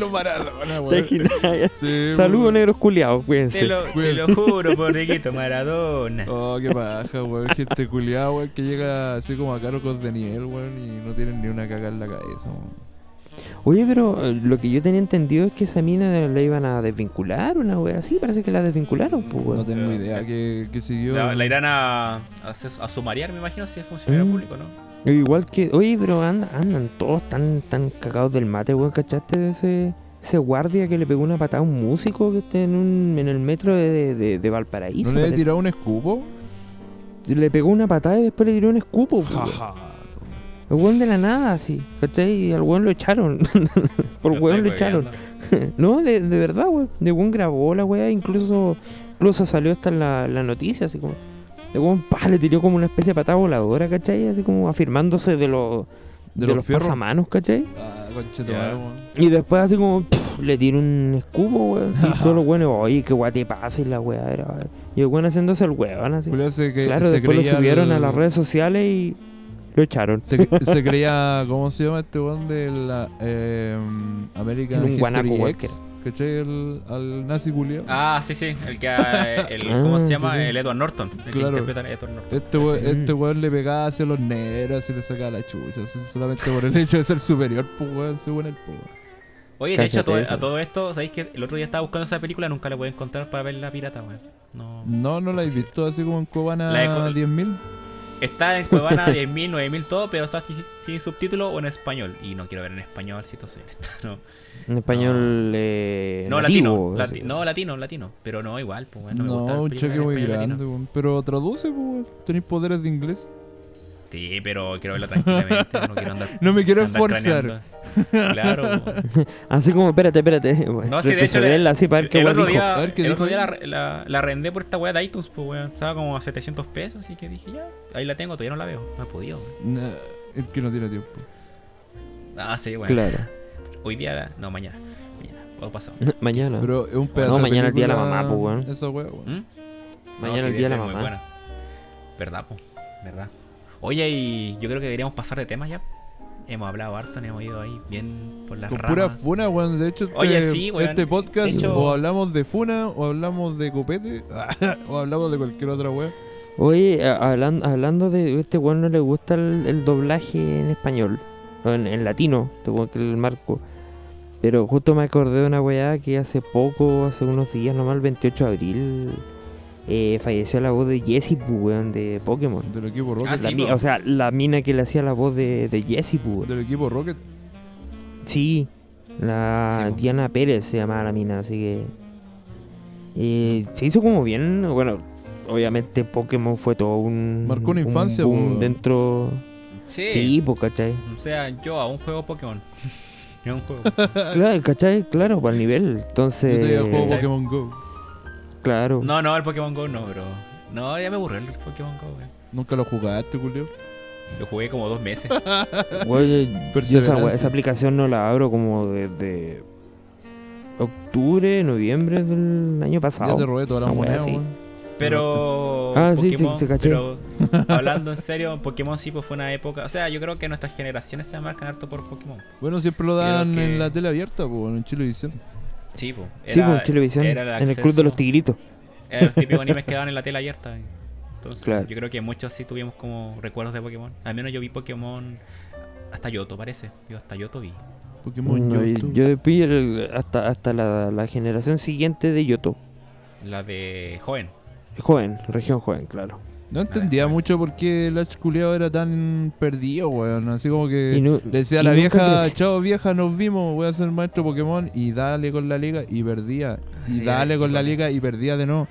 Lo pararon, weón.
¿Te imaginas?
Sí,
(laughs) Saludos,
weón.
negros culiados, cuídense.
Te lo, te lo juro, pobrecito Maradona.
Oh, qué paja, weón. Gente culiada, weón, que llega así como a cargos de nivel, weón, y no tienen ni una caga en la cabeza, weón.
Oye, pero eh, lo que yo tenía entendido es que esa mina la iban a desvincular, una wea así. Parece que la desvincularon, pues,
No
weón.
tengo
Pero-
idea que, que siguió.
La, la irán a, a, hacer- a sumariar, me imagino, si es funcionario
Mm.
público, ¿no?
Igual que. Oye, pero andan, andan todos tan, tan cagados del mate, weón. ¿Cachaste de ese, ese guardia que le pegó una patada a un músico que está en, un, en el metro de, de- de Valparaíso?
¿No le he
parece?
tirado un escupo?
Le pegó una patada y después le tiró un escupo, pues, weón.
Jaja.
El weón de la nada, así. ¿Cachai? Y al weón lo echaron. (laughs) Por
Lo
weón
estoy
lo echaron.
hueveando.
No, le- de verdad, weón. De weón grabó la weá, incluso, incluso salió hasta en la, la noticia, así como. De weón, pa, le tiró como una especie de patada voladora, ¿cachai? Así como afirmándose de, los de,
¿De,
los
los fierros?
pasamanos, ¿cachai?
Ah, concha tu
Ya.
madre, weón.
Y después así como pf, le tiró un escupo, weón.
(laughs)
Y todos los weones, oye, qué guate pasa y la weá era. Y el weón haciéndose el weón, así.
Julio se que
Claro,
se
después lo
creía
subieron
el-
a las redes sociales y lo echaron.
Se, se creía, ¿cómo se llama este weón de la eh, American
Era un
History
guanaco, weón,
X?
que
¿Cachai? El, al nazi culiao.
Ah, sí, sí. El que. eh, El, ¿Cómo
Ah,
se
sí,
llama?
sí.
El Edward Norton. El que
Claro.
interpreta a Edward Norton.
Este weón,
Sí.
este weón le pegaba hacia los negros y le sacaba la chucha, así, solamente por el (laughs) hecho de ser superior, pues weón, según él, pues weón.
Oye, de hecho, a todo,
Cállate eso.
a todo esto, ¿sabéis que el otro día estaba buscando esa película? Nunca la pude encontrar para ver la pirata, weón. No.
No, no la he visto así como en Cubana
La de co-
10.000.
Está en Cuevana 10.000, 9.000, todo, pero está sin, sin subtítulo o en español. Y no quiero ver en español, si tú soy honesto, (laughs) no.
En español.
Ah.
eh,
No,
nativo,
latino.
así.
lati- no, latino, latino. Pero no, igual, pues, weón, no, me gusta.
No, un choque muy grande, weón. Pero traduce, pues weón. Tenéis poderes de inglés.
Sí, pero quiero verla tranquilamente. No quiero andar.
No me quiero
andar
esforzar.
craneando. Claro, weón.
Así como, espérate, espérate.
No, sí, de hecho.
Retrocederla así para ver qué
el
weón
otro
dijo.
día,
A ver qué
el
dijo
otro día
ahí.
la, la, la arrendé por esta weá de iTunes, pues, weón. Estaba como a 700 pesos, así que dije, ya, ahí la tengo, todavía no la veo. No he podido, weón.
Nah, el que no tiene tiempo.
Ah, sí, weón.
Claro. (laughs)
Hoy día, la- no, mañana. Mañana, o pasado.
Mañana.
Pero es un pedazo
No,
de
mañana el día de la
película,
mamá, pues, weón.
Esa weá, weón.
¿Mm?
Mañana
sí,
el
debe
día de
ser
la
muy
mamá.
buena. Verdad, po. Verdad. Oye, y yo creo que deberíamos pasar de temas ya. Hemos hablado harto, nos hemos ido ahí bien por las
Con
ramas.
pura funa, weón. De hecho, este,
Oye, sí, weón.
este podcast
De hecho-
o hablamos de funa, o hablamos de copete, (laughs) o hablamos de cualquier otra weá.
Oye, a- hablan- hablando de este weón no le gusta el, el doblaje en español. o En, en latino, este weón que es el marco. Pero justo me acordé de una weá que hace poco, hace unos días nomás, el 28 de abril, eh, falleció la voz de Jessie, pues, weón, de Pokémon.
Del equipo
Ah,
Rocket.
La
sí,
mi-
po.
o sea, la mina que le hacía la voz de, de Jessie, pues, weón.
Del equipo Rocket.
Sí, la
Sí, po.
Diana Pérez se llamaba la mina, así que. eh, se hizo como bien. Bueno, obviamente Pokémon fue todo un.
Marcó una
un
infancia,
boom
po.
dentro.
Sí.
Sí, pues, ¿cachai?
O sea, yo aún juego
(laughs)
Pokémon. Yo aún (laughs) juego.
Claro, ¿cachai? Claro, para el nivel.
Ah, Yo todavía juego
Entonces.
¿cachai?
Pokémon Go.
Claro.
No, no, el Pokémon Go no, bro. No, ya me aburrió el Pokémon Go, weón.
Nunca lo jugaste, culio.
Lo jugué como dos meses.
(laughs) Güey, yo- yo esa,
Perseverancia.
esa aplicación no la abro como desde. Octubre, noviembre del año
Ya te
pasado.
robé todas las
Ah, weón,
monedas,
sí.
weón.
Pero.
Ah, sí, sí,
Pokémon,
se caché.
Pero
(laughs)
hablando en serio, Pokémon sí pues, fue una época. O sea, yo creo que nuestras generaciones se marcan harto por Pokémon.
Bueno, siempre lo dan
Creo que-
en la tele abierta, pues, en Chilevisión.
Sí, pues.
sí, pues, en televisión.
era
en el Club de los
acceso-
Tigritos.
Eran los típicos animes que daban en la tela abierta. eh. Entonces,
Claro.
yo creo que muchos sí tuvimos como recuerdos de Pokémon. Al menos yo vi Pokémon hasta Yoto, parece. Digo, hasta Yoto vi.
Pokémon
No, y-
YouTube.
yo después hasta, hasta la, la generación siguiente de Yoto.
La de joven.
Joven, región joven, claro.
No
Ah.
entendía mucho por qué el Ash culiao era tan perdido, weón. Así como que
Y nu-
le decía a
y
la
nunca
vieja,
crec-
chao vieja, nos vimos, voy a ser maestro Pokémon y dale con la liga y perdía. Y
Ay,
dale
ay,
con la
bueno.
liga y perdía de no.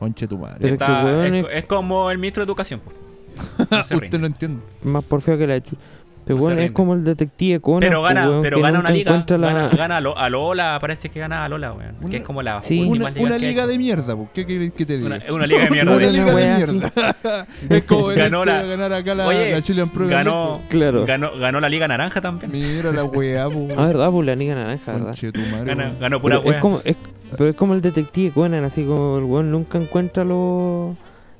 Conche tu madre.
Pero es que,
Está-
weón,
es,
es- (laughs)
co- es como el ministro de educación, pues. No se
Usted
rinde.
no entiende.
Más porfía que la hecho. Pero
No se
bueno, es
rinde.
como el detective Conan.
Pero
pues,
gana,
weón,
pero
que
gana
nunca
una liga.
encuentra la-
Gana, gana a, Lo- a Lola, parece que gana a Lola, weón.
Una-
que es como la
Sí.
última
Una,
liga.
una liga de mierda, pues. ¿Qué queréis que te diga?
Una, es una liga de mierda.
Una
de
Una
hecho.
liga de
wea así.
mierda. (laughs) es como el
Ganó
este
la-
de ganar acá la,
Oye,
la Chilean Premier
ganó,
League,
Claro.
ganó, ganó la liga naranja
po.
también.
Mira la weá, pues.
(laughs) Ah, verdad, pues la Liga Naranja, ¿verdad?
Conchetumare,
Gana-
weón.
ganó pura
Pero es,
wea.
como, es, pero es como el detective Conan, así como el weón nunca encuentra lo,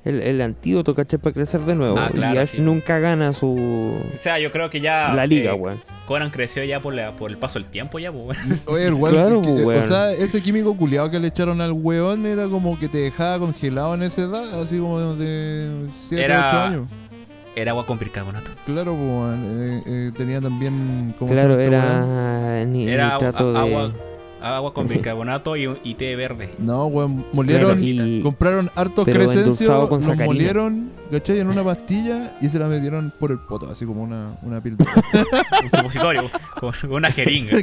el, el antídoto, ¿cachai? Para crecer de nuevo.
Ah, claro,
y Ash
sí.
nunca gana su.
O sea, yo creo que ya.
la liga,
eh,
weón.
Conan creció ya por, la, por el paso del tiempo, ya, pues, weón.
Oye, el weón,
Claro,
que- eh,
pues, weón.
o sea, ese químico culiado que le echaron al weón era como que te dejaba congelado en esa edad, así como de 7,
Era-
8 años.
(laughs) Era agua con bicarbonato.
Claro, pues, weón, eh, eh, tenía también como
Claro, era. Ni,
Era
nitrato
a-
de.
agua, agua
(laughs)
con bicarbonato y, y té verde.
No, weón, molieron,
Claro, y-
compraron hartos
pero endulzado
crecencios,
con
los
sacarina.
molieron, ¿cachai? En una pastilla y se la metieron por el poto, así como una, una píldora.
Un supositorio. con, con una jeringa.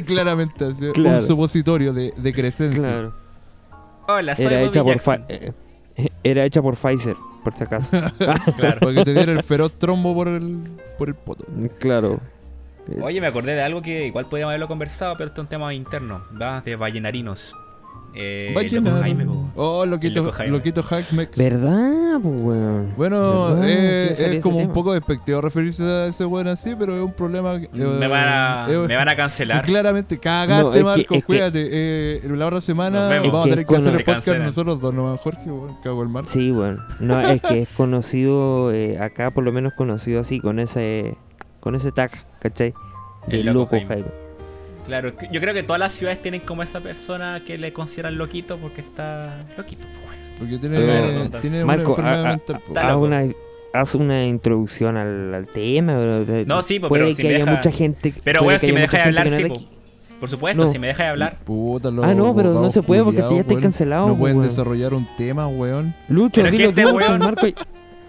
(laughs)
(laughs) Claramente, así,
Claro.
un supositorio de, de crecencia.
Claro.
Hola, soy
Era
Bobby
hecha, por
Jackson.
Fi- eh, eh, era hecha por Pfizer, por si
(laughs)
acaso. (laughs)
Claro.
Para que te diera el feroz trombo por el, por el poto.
claro.
Oye, me acordé de algo que igual podíamos haberlo conversado, pero esto es un tema interno. Va de ballenarinos. Eh,
Vaya
loco
nada.
Jaime, po.
Oh, loquito,
El loco Jaime.
loquito Hackmex.
¿Verdad, pues, weón?
Bueno,
¿Verdad?
eh,
Quiero salir
es
ese
como un
tema.
poco despectivo referirse a ese weón así, pero es un problema. que-
me,
eh,
van a,
eh,
me van a
(laughs)
y
cancelar.
Claramente, cagaste,
No, es que-
Marcos,
es que-
cuídate. eh, la otra semana
Nos vemos.
vamos a
Es que
tener
es
que
con-
hacer el
Te
podcast
cancelan.
nosotros dos nomás, Jorge, weón, cago el mar.
Sí, bueno, no, es que es conocido, eh, acá por lo menos conocido así, con ese con ese tag, ¿cachai? De
El
loco
loco
Jaime.
Jaime. Claro, que- yo creo que todas las ciudades tienen como esa persona que le consideran loquito porque está loquito. po, weón.
Porque tiene,
Pero-
tiene
Marco, ah,
una enfermedad
a- a-
mental. po.
Está
Haz
loco.
una, haz una introducción al, al tema. bro. O sea,
No, sí, po,
puede
pero
que
si me
haya
deja-
mucha gente.
Pero,
puede que
weón, si
haya
me
mucha
dejáis
gente
hablar,
que no
sí,
es de
po. Por supuesto,
No.
si me dejáis hablar.
Puta, los
Ah, no, pero no
abogados
se puede porque ya
culiados,
está
weón.
cancelado,
No pueden
weón.
desarrollar un tema, weón. (laughs)
aquí. Lucho,
Pero es que
dilo
este
tú,
weón-
Marco. y-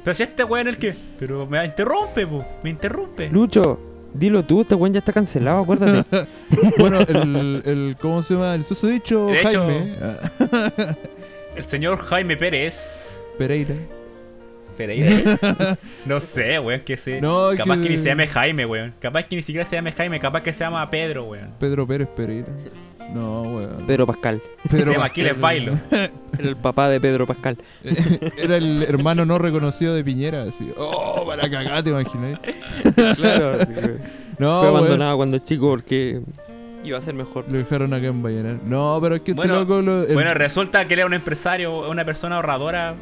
Pero si este weón es el que. Pero me interrumpe, po. Me interrumpe.
Lucho, dilo tú, este weón ya está cancelado, (laughs) acuérdate.
Bueno, el, el. ¿Cómo se llama? El susodicho
De hecho-
Jaime ah,
El señor Jaime Pérez.
Pereira.
Pereira.
(laughs)
no sé, weón, que sé.
No, es
capaz
que-
que... ni se llame Jaime, weón. Capaz que ni siquiera se llame Jaime, capaz que se llama Pedro, weón.
Pedro Pérez Pereira. No, weón.
Pedro Pascal.
Pedro
(laughs) se llama
Pascal.
Aquiles Bailo.
El papá de Pedro Pascal.
(laughs) Era el hermano no reconocido de Piñera. Así. Oh, para cagar, te imaginé.
(laughs) claro. Ah,
No,
Fue
weón,
abandonado cuando chico porque iba a ser mejor.
Lo dejaron acá en Vallenar. No, pero es que este
Bueno,
loco. Lo, el-
Bueno, resulta que él era un empresario, una persona ahorradora.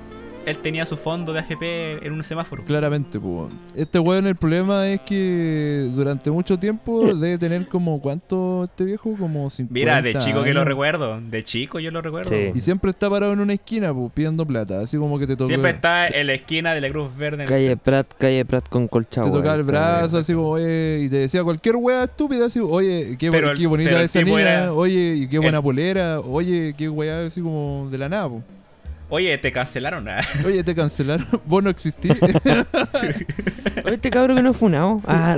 Él tenía su fondo de AFP en un semáforo.
Claramente, pues. weón. Este weón, el problema es que durante mucho tiempo debe tener como. ¿Cuánto este viejo? Como 50.
Mira, de chico que lo
años.
recuerdo. De chico yo lo recuerdo.
Sí.
Y siempre está parado en una esquina, pues, pidiendo plata. Así como que te toca.
Siempre está en la esquina de la Cruz Verde. en el
Calle
centro.
Prat, calle Prat con colchagua. Ah,
Te tocaba el
esta weá.
brazo, así como, oye, y te decía cualquier wea estúpida, así, oye, qué,
Pero
qué
el-
bonita
pero el
esa
tipo
niña,
era-
oye, y qué buena
el-
polera, oye, qué wea así como de la nada, po.
Oye, te cancelaron. ah. (laughs)
oye, te cancelaron, (laughs) vos no existís.
(laughs) Oye, Este cabrón que no es
(laughs)
funado. Ah,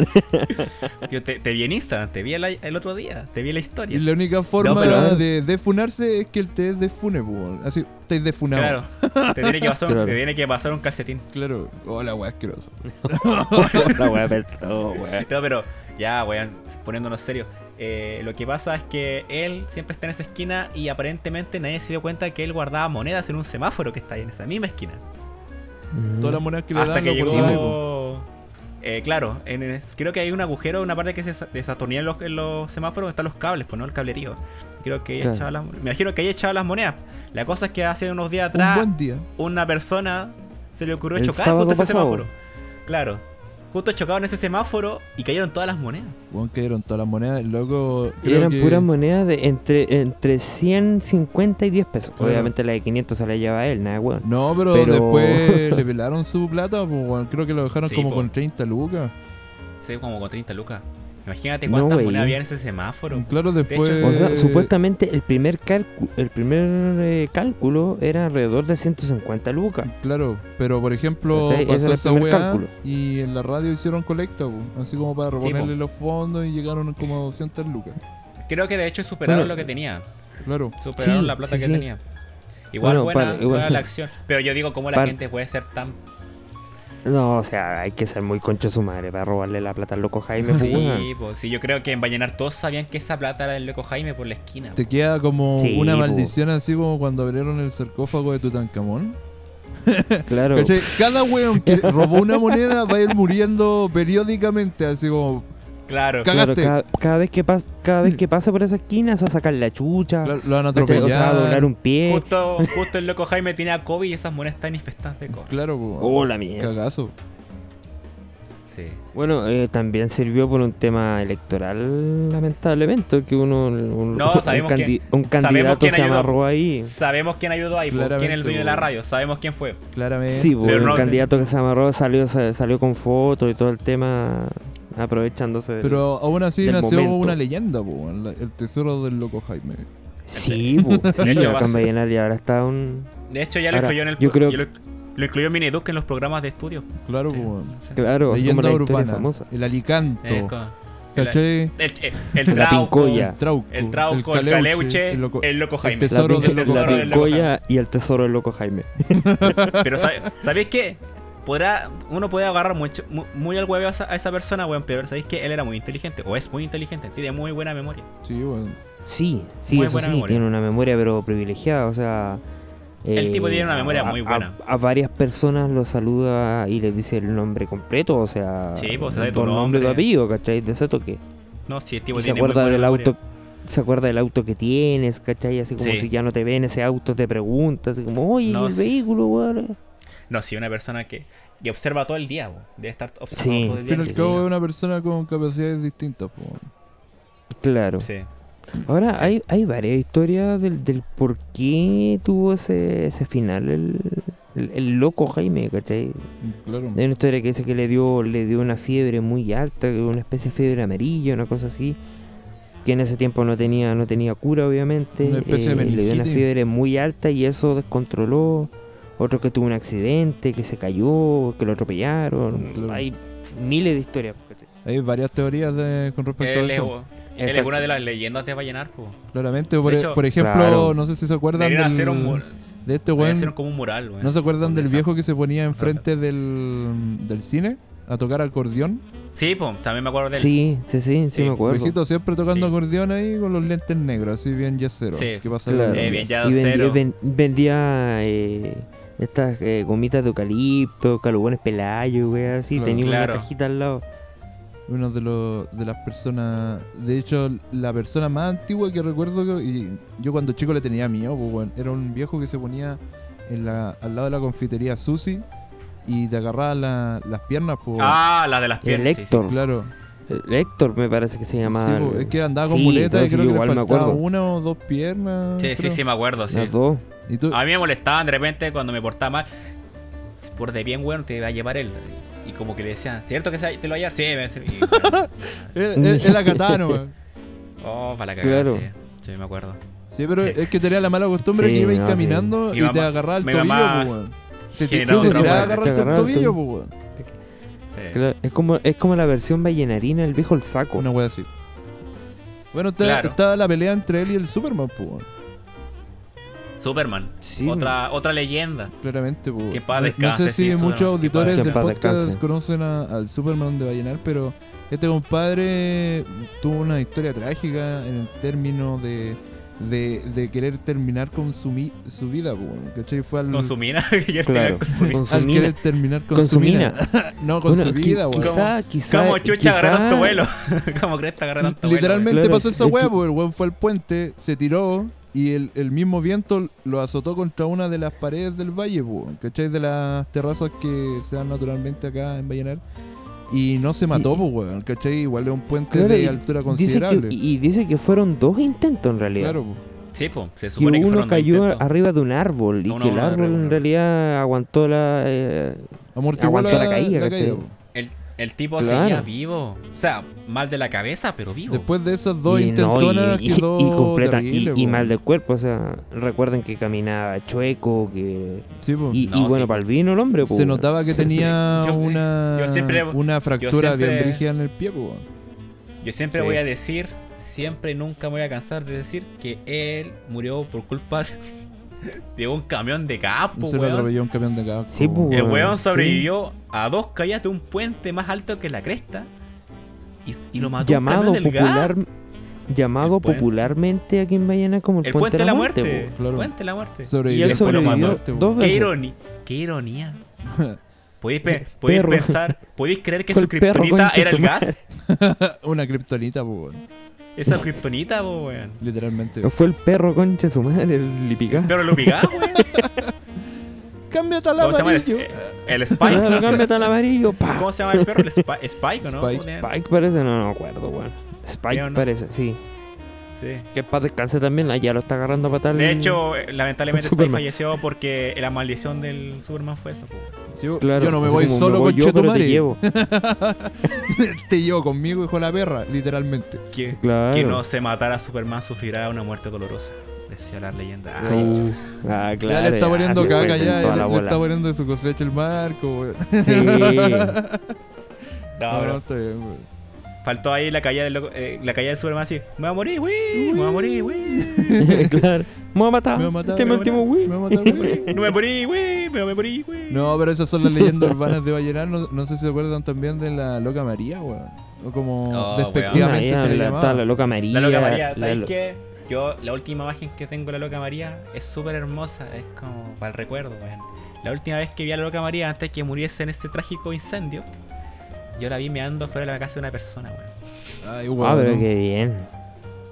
Yo te, te vi en Instagram, te vi el, el otro día, te vi en la historia.
y la única forma
pero-
de defunarse es que él te desfune, po. así, estáis defunados. (laughs) Claro.
Claro, te tiene, que pasar,
Claro.
te tiene que pasar un calcetín.
Claro, oh, la wea asquerosa.
la weá, (laughs) pero- oh, weá.
(laughs) No, pero ya, weón, poniéndonos serios. Eh, lo que pasa es que él siempre está en esa esquina y aparentemente nadie se dio cuenta que él guardaba monedas en un semáforo que está ahí en esa misma esquina.
Mm.
Todas las monedas que le
Hasta
dan,
que
lo
llegó.
guardan, po.
eh, claro, en el- creo que hay un agujero, una parte que se desatornilla en los, en los semáforos, están los cables, pues no el cablerío. Creo que ahí
Claro.
echaba las, me imagino que ahí echaba las monedas. La cosa es que hace unos días
Un
atrás
buen día.
una persona se le ocurrió
El
chocar
sábado
justo ese
pasado.
semáforo. Claro. Justo chocaron ese semáforo y cayeron todas las monedas.
Weón, cayeron todas las monedas, el loco.
Y
creo
eran
que-
puras monedas de entre, entre 150 y 10 pesos.
Claro.
Obviamente la de 500 se la lleva él, nada, weón.
No, pero,
Pero- (laughs)
después le pelaron su plata, pues, weón. creo que lo dejaron
Sí,
como
po.
con 30 lucas.
Sí, como con 30 lucas. Imagínate
No,
cuántas
güey.
monedas había en ese semáforo.
Claro, después.
hecho,
O sea,
eh,
supuestamente el primer, calcu- el primer eh, cálculo era alrededor de 150 lucas.
Claro, pero por ejemplo,
¿Cachai? Ese
pasó
era Este el
esa
primer
weá
cálculo.
y en la radio hicieron colecta, po, así como para reponerle
po.
los fondos y llegaron como a 200 lucas.
Creo que de hecho superaron
Bueno.
lo que tenía.
Claro.
Superaron
Sí,
la plata
sí,
que
sí.
tenía. Igual
Bueno,
buena,
para- igual-
buena la acción. Pero yo digo, ¿cómo la
Para-
gente puede ser tan
No, o sea, hay que ser muy concha su madre para robarle la plata al loco Jaime. pues, weón.
Sí, pues sí, yo creo que en Vallenar todos sabían que esa plata era del loco Jaime por la esquina.
Te queda como
Sí,
una
po.
maldición así como cuando abrieron el sarcófago de Tutankamón.
Claro.
¿Cachai? Cada
(laughs)
weón que robó una moneda va a ir muriendo periódicamente, así
Claro.
como... Ca-
Claro,
cagaste.
cada, cada vez que pas- cada vez que pasa por esa esquina se va a sacar la chucha.
Lo, lo van a
¿cachai?
atropellar.
O sea, a doblar un pie.
Justo, justo el loco Jaime tenía COVID y esas monedas están infestadas de COVID.
Claro, po.
Oh, la mierda.
Cagazo.
Sí.
Bueno, eh, también sirvió por un tema electoral, lamentablemente, que uno un,
No,
un
sabemos
candi-
quién-
un
sabemos
candidato
quién
se
ayudó.
amarró ahí.
Sabemos quién ayudó ahí, po,
Claramente,
quién es el dueño de la
po.
radio, sabemos quién fue.
Claramente.
Sí, pues,
Pero
el
no-
candidato que se amarró salió sa- salió con fotos y todo el tema aprovechándose. del-
Pero aún así
del
nació
momento.
una leyenda, po, el, el tesoro del loco Jaime.
Sí,
(laughs)
pues.
De hecho, va a ser-
y ahora está un
De hecho, ya lo
Ahora,
incluyó en el
yo
pro-
creo
ya lo, lo incluyó en Mineduc en los programas de estudio.
Claro,
Sí.
po.
claro, así como
Leyenda
la historia
urbana.
famosa.
El Alicanto.
Eh, con- el, el,
¿Cachai?
(laughs)
eh, el
La
Trauco,
pincoya.
El Trauco.
el Trauco, el Caleuche, el Loco, Jaime.
La,
Tesoro
pin-
del
la
loco Jaime.
pincoya y el tesoro del loco Jaime.
Pero sabe- ¿sabéis qué? Podrá, uno puede agarrar mucho, mu- muy al hueveo a esa, a esa persona, weón, pero sabéis que él era muy inteligente, o es muy inteligente, tiene muy buena memoria.
Sí, weón.
Sí, sí,
Muy
eso
buena
sí,
memoria.
tiene una memoria pero privilegiada, o sea...
El tipo tiene una
a-
memoria
a-
muy buena.
A, a varias personas lo saluda y les dice el nombre completo, o sea...
Sí, pues, sabe tu
por nombre y tu
nombre.
apellido, ¿cachai? De ese toque.
No, sí, el tipo
Y se
tiene muy
acuerda
buena
del
memoria.
auto... Se acuerda del auto que tienes, ¿cachai? Así como
Sí.
si ya no te ven ese auto, te preguntas, así como, oye, ¿y
No,
el
sí.
vehículo, weón?
No, sí, una persona que, que observa todo el día, weón. Debe estar observando
Sí.
todo el
Al
día.
fin y
Sí.
al cabo es una persona con capacidades distintas, po.
Claro.
Sí.
Ahora,
Sí.
hay, hay varias historias del, del por qué tuvo ese, ese final el, el- el loco Jaime, ¿cachai?
Claro.
Hay una historia que dice que le dio, le dio una fiebre muy alta, que una especie de fiebre amarilla, una cosa así, que en ese tiempo no tenía, no tenía cura, obviamente. eh,
Una especie de
le dio una
meningitis.
fiebre muy alta y eso descontroló. Otro que tuvo un accidente, que se cayó, que lo atropellaron.
Claro.
Hay miles de historias. ¿cachai?
Hay varias teorías de- con respecto
Él
a
es,
Pues eso.
él es
Exacto.
una de las leyendas de Vallenar, po.
Claramente, por, e-
De hecho-
por ejemplo,
Claro.
no sé si se acuerdan
Deberían
del,
hacer un, mu-
de este
deberían
weón.
hacer un- como un mural, weón.
¿No se acuerdan
Donde
del
sea.
viejo que se ponía enfrente del, del cine a tocar acordeón?
Sí, po, también me acuerdo de él.
Sí, sí, sí, sí,
Eh,
Sí,
me acuerdo.
Viejito siempre tocando
Sí.
acordeón ahí con los lentes negros, así bien yacero.
Sí.
¿Qué pasa?
Claro.
Eh, bien, ya
y vendía,
cero.
ven- vendía eh, estas eh, gomitas de eucalipto, calubones pelayo, güey, así.
Claro.
Tenía
Claro.
una cajita al lado.
Uno de, los de las personas. De hecho, la persona más antigua que recuerdo. que- y yo cuando chico le tenía miedo, pues, weón, era un viejo que se ponía en la, al lado de la confitería Susi y te agarraba la- las piernas, pues.
Ah, la de las
El
piernas. sí, sí.
Héctor.
Claro.
El Héctor me parece que se llamaba.
Sí, po,
el-
es que andaba con
Sí,
muletas y
entonces
creo
yo
que le
igual me
faltaba
acuerdo.
una o dos piernas.
Sí, sí,
creo.
sí, Ah. me acuerdo, sí.
Las dos.
Y tú,
A mí me molestaban de repente cuando me portaba mal. Por de bien, weón, te va a llevar él. Y como que le decían, ¿cierto que se- te lo va a llevar? Sí, me decían, y, weón,
(laughs)
él, él- él la katana, weón.
Oh, para la cagada,
Claro.
sí. Sí, me acuerdo.
Sí, pero
Sí.
es que tenía la mala costumbre
Sí,
que iba a ir
no, sí.
caminando
Mi
y te
mamá-
agarraba el
mi
tobillo,
mamá
po, weón. Se te,
generó
se
trauma.
tiraba a
Te
agarrarte el
agarraba el
tobillo, po,
tobillo.
weón.
Sí.
Claro, es, como, es como la versión vallenarina del viejo el saco.
Una wea así. Bueno, está-
Claro.
estaba la pelea entre él y el Superman, po, weón.
Superman.
Sí,
otra, otra leyenda.
Claramente, po, weón.
Que en paz
No- No
descanse,
sé
sí,
si
Superman,
muchos
que en paz
auditores del
descanse.
podcast conocen a- al Superman de Vallenar, pero este compadre tuvo una historia trágica en el término de. De, de querer terminar con su, mi- su vida, po, weón, ¿cachai? Fue al,
Con su mina. (laughs) y él tenía
Claro.
con su mina.
Con su
al
mina.
querer terminar con,
Con
su
su
mina. no, con
Bueno,
su
qui-
vida, weón.
Quizá, quizá.
Como chucha
quizá-
agarra tanto vuelo. (laughs) Como cresta agarra tanto vuelo.
Literalmente
Claro,
pasó esa
es
weá,
que-
porque el weón fue al puente, se tiró y el, el mismo viento lo azotó contra una de las paredes del valle, po, ¿cachai? De las terrazas que se dan naturalmente acá en Vallenar. Y no se mató,
Y-
po, weón, ¿cachai? Igual es un puente
Claro,
de
y
altura
dice que-
considerable.
y, y dice que fueron dos intentos en realidad.
Claro, pues, po.
weón. Sí, po, se
que
supone que
uno
fueron dos
cayó
intentos.
arriba de un árbol y
Uno
que el
arriba de
árbol
un árbol.
en realidad aguantó la. eh,
Amortiguó la, pues.
Aguantó la caída,
la
¿cachai?
caída, po.
El, el tipo
Claro.
seguía vivo. O sea, mal de la cabeza, pero vivo.
Después de esas dos
y no,
intentonas
y, y-
quedó
y completa- y-
terrible, pues,
y
po.
mal del cuerpo. O sea, recuerden que caminaba chueco, que.
Sí, po.
Y, y
No,
bueno,
sí.
para el vino el hombre, pues.
Oh, se notaba
(laughs)
que tenía
Yo-
una,
yo siempre-
una fractura bien
siempre-
brígida en el pie, po, weón.
Yo siempre
Sí.
voy a decir, siempre y nunca me voy a cansar de (laughs) decir que él murió por culpa Llegó un camión de
No
capo,
se lo
weón.
atropelló un camión de acá.
Pues, Sí,
po.
pues,
El weón
Sí.
sobrevivió a dos caídas de un puente más alto que la cresta. Y, y lo mató un
llamado
camión del GAP.
popular llamado
El puente.
popularmente aquí en Bayana como el, pues.
El puente de la muerte.
po.
claro.
El puente de la muerte.
Y
Sobrevivió.
él
después lo
sobrevivió
mató.
dos
Qué,
veces.
ironi-
(laughs)
qué ironía. ¿Podéis, pe-
El
podéis
perro.
pensar, podéis creer que
Con
su
el perro,
kriptonita
concha
era el
su madre.
gas?
Una kriptonita, po, weón.
Esa kriptonita, po, weón.
Literalmente.
Fue el perro concha de su madre, el lipicá. (laughs)
Pero lo picaba, weón.
Cámbiate al
¿Cómo se llama? El, eh,
amarillo.
el
Claro,
Spike.
cámbiate al amarillo, pa.
¿Cómo se llama el perro? El Spi- Spike, ¿o ¿no?
Spike.
Una-
Spike parece, no, no me acuerdo, weón. Spike
Creo, ¿no?
parece, sí.
Sí.
Que para descanse también, allá lo está agarrando a patar.
De hecho, eh, lamentablemente Spike
Superman.
falleció porque la maldición del Superman fue eso. po.
Sí, yo- yo no me voy solo
con
con
yo, pero te
Chetumare.
llevo.
(laughs) te llevo conmigo, hijo de la perra, literalmente.
Que,
Claro.
(laughs) que no se matara a Superman sufrirá una muerte dolorosa, decía la leyenda.
Ah,
Ay,
ah,
ya
claro.
le está poniendo
se
caca
fue
ya,
con toda la
le, le está
bola.
poniendo de su cosecha el marco, weón.
Sí. Oh.
no,
(laughs) No,
pero
no,
Ah.
está bien, weón.
faltó ahí la caída del, loco- eh, la caída del Superman así. Me voy a morir, wey. Me voy a
(laughs)
morir, wey.
claro. Me va a matar.
Me va a matar,
Este es mi
me va a
último
Me
Wii.
va a matar,
(laughs)
weón.
No me morí, wey. Me voy a morir, wey.
No, pero esas son las leyendas urbanas de Vallenar. No, no sé si se acuerdan también de la loca María, weón. O como
Oh,
despectivamente se le llamaba.
la loca María.
La loca María,
la
¿sabes
lo-
qué? Yo, la última imagen que tengo de la loca María es súper hermosa, es como para el recuerdo, weón. La última vez que vi a la loca María antes de que muriese en este trágico incendio, yo la vi meando fuera de la casa de una persona, weón.
Ay,
Ah, pero
weón.
qué bien.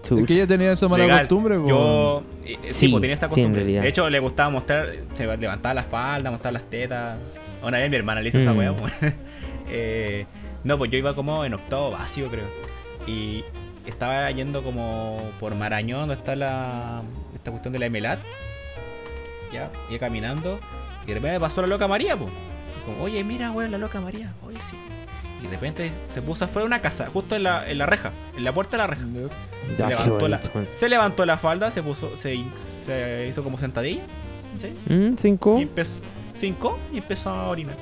Es que
Chucha.
ella tenía esa mala
Legal.
costumbre, weón.
Yo, eh, eh, sí,
Sí,
pues, tenía esa
sí, en
costumbre.
realidad.
de hecho, le gustaba mostrar, se levantaba la espalda, mostrar las tetas. Una vez mi hermana le hizo esa
Mm.
weá, pues. (laughs) Eh, no, pues yo iba como en octavo vacío, creo. Y estaba yendo como por Marañón, donde está la, esta cuestión de la Emelat. Ya, iba caminando. Y de repente me pasó la loca María, pues. Y Como, oye, mira, weón, la loca María. Oye, sí. Y de repente se puso afuera de una casa, justo en la, en la reja, en la puerta de la reja. Se
Ya, qué
levantó, la,
bonito, bueno.
se levantó la falda, se puso, se, se hizo como sentadilla, ¿sí?
Mm, Cinco.
Y empezó, se hincó y empezó a orinar.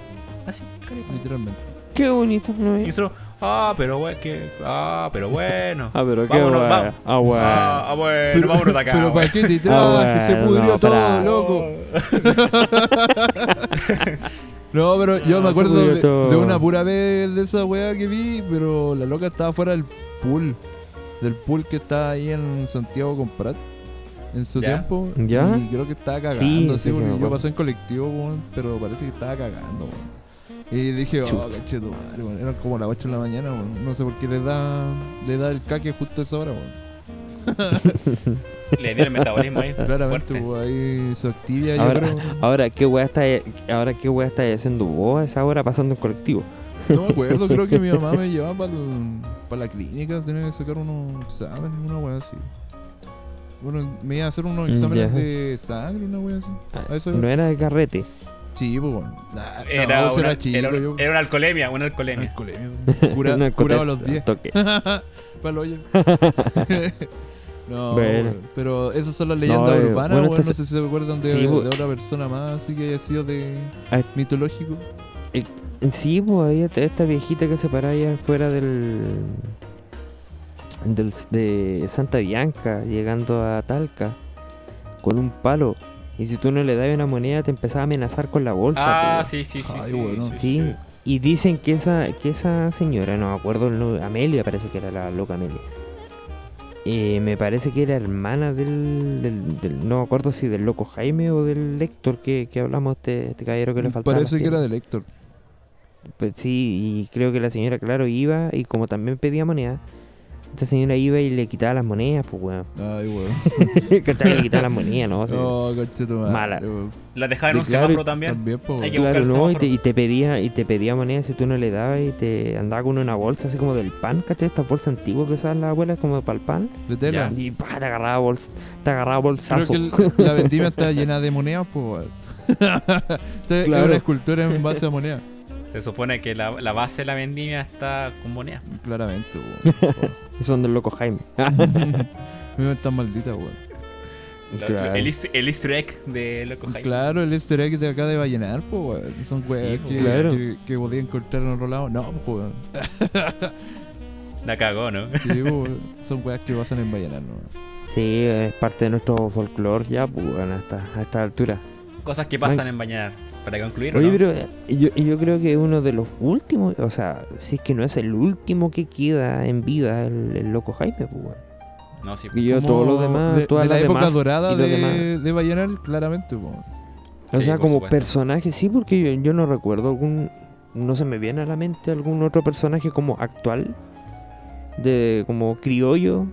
Así, caleta.
Literalmente.
Qué bonito, ¿no
Y
es?
nosotros, ah, pero bueno, que, ah, pero bueno.
(laughs) Ah, pero qué
Vámonos,
bueno.
vamos.
Ah, bueno.
Ah, ah, bueno, pero, vámonos de acá.
Pero
bueno.
para qué te traje,
Ah,
se
bueno,
pudrió
no,
todo,
para-
(laughs)
loco. No, pero yo
Ah,
me
se
acuerdo
pudrió
de,
todo.
de una pura vez de esa weá que vi, pero la loca estaba fuera del pool. Del pool que está ahí en Santiago con Prat. En su
Ya.
tiempo.
Ya.
Y creo que estaba cagando,
Sí,
así,
sí, sí,
porque
me
yo
acuerdo.
pasé en colectivo, weón, pero parece que estaba cagando, weón. Y dije, oh,
Chuta.
caché madre, weón. Eran como las 8 de la mañana, weón. No sé por qué le da, le da el caque justo a esa hora, weón.
Le dio el
(laughs)
metabolismo ahí.
Claramente,
fuerte.
weón, ahí su actividad, yo
Ahora,
creo. weón.
ahora, ¿qué weá está, ahora, ¿qué weá está haciendo vos a esa hora pasando en colectivo?
No me acuerdo, creo que mi mamá me llevaba para la clínica, tenía que sacar unos exámenes, una weá así. Bueno, me iba a hacer unos
Mm,
exámenes
ya. Ah,
de sangre, una weá así. A eso
No era de carrete.
Sí, pues bueno.
(laughs)
Nah,
Era,
no, eso
una,
era chico,
era,
yo.
una- era una alcoholemia, una
(laughs)
alcoholemia.
Narcolemia, weón. Cura-
No,
curado a
contest-
los 10.
toque.
(laughs)
(laughs)
Pa'l hoyo. No,
Bueno.
weón, pero esas son las leyendas
eh,
urbanas,
bueno,
weón,
esta
no sé si se acuerdan de,
Sí,
de
bu-
otra persona más, así que haya sido de
Ah,
mitológico.
Sí, pues había t- esta viejita que se paraba allá afuera del, del- de Santa Bianca, llegando a Talca, con un palo. Y si tú no le dabas una moneda, te empezaba a amenazar con la bolsa.
Ah,
pues.
sí, sí, sí.
Ay,
sí,
bueno.
Sí, Y dicen que esa, que esa señora, no me acuerdo el nombre, Amelia parece que era la loca Amelia. Eh, me parece que era hermana del, del- del- No me acuerdo si del loco Jaime o del Héctor que, que hablamos, este, este caballero que le faltaba. las
Parece que
piernas.
era de Héctor.
Pues sí, y creo que la señora, claro, iba y como también pedía moneda, esta señora iba y le quitaba las monedas, pues weón.
Ay, weón.
¿Cachai? Le quitaba las monedas, ¿no? O sea,
No, conchetumadre,
Mala.
weón.
La dejaron en un
Y claro,
semáforo también.
También, po,
Hay que
weón.
claro,
buscar
no, y
semáforo.
te, y te pedía y te pedía monedas si tú no le dabas y te andaba con una bolsa así como del pan, ¿cachai? Estas bolsas antiguas que usaban las abuelas como para el pan.
De tela.
Ya.
Y pa, te agarraba bolsa, te agarraba
Ah. Creo
bolsazo.
que el- la vendimia está llena de monedas,
(laughs)
po. weón. Entonces,
Claro.
Es una escultura en base a moneda.
Se supone que la, la base de la vendimia está con monedas.
Claramente, weón. (laughs)
Y Son del loco Jaime.
Mira, tan maldita, weón.
Lo-
Claro.
El, easter- el easter egg de Loco Jaime.
Claro, el easter egg de acá de Vallenar, po, weón. Son
Sí,
weas
po.
que,
Claro.
que, que podía encontrar en otro lado. No, po, weón.
La cagó, ¿no?
(laughs) Sí, po, weón. Son weas que pasan en Vallenar, no.
Sí, es parte de nuestro folclore ya, pues, bueno, hasta, a esta altura.
(laughs) Cosas que pasan en bañar. Para concluir, ¿o
Oye,
no?
pero eh, yo, yo creo que es uno de los últimos, o sea, si es que no es el último que queda en vida el, el loco Jaime, pues, bueno.
No, sí.
Y yo
Como
todos los demás,
de,
todas
de la
las
época
demás,
dorada
y los
de,
demás.
de Vallenar, claramente. po.
O
Sí,
sea,
por
como
supuesto.
personaje, sí, porque yo, yo no recuerdo algún. No se me viene a la mente algún otro personaje como actual, de como criollo,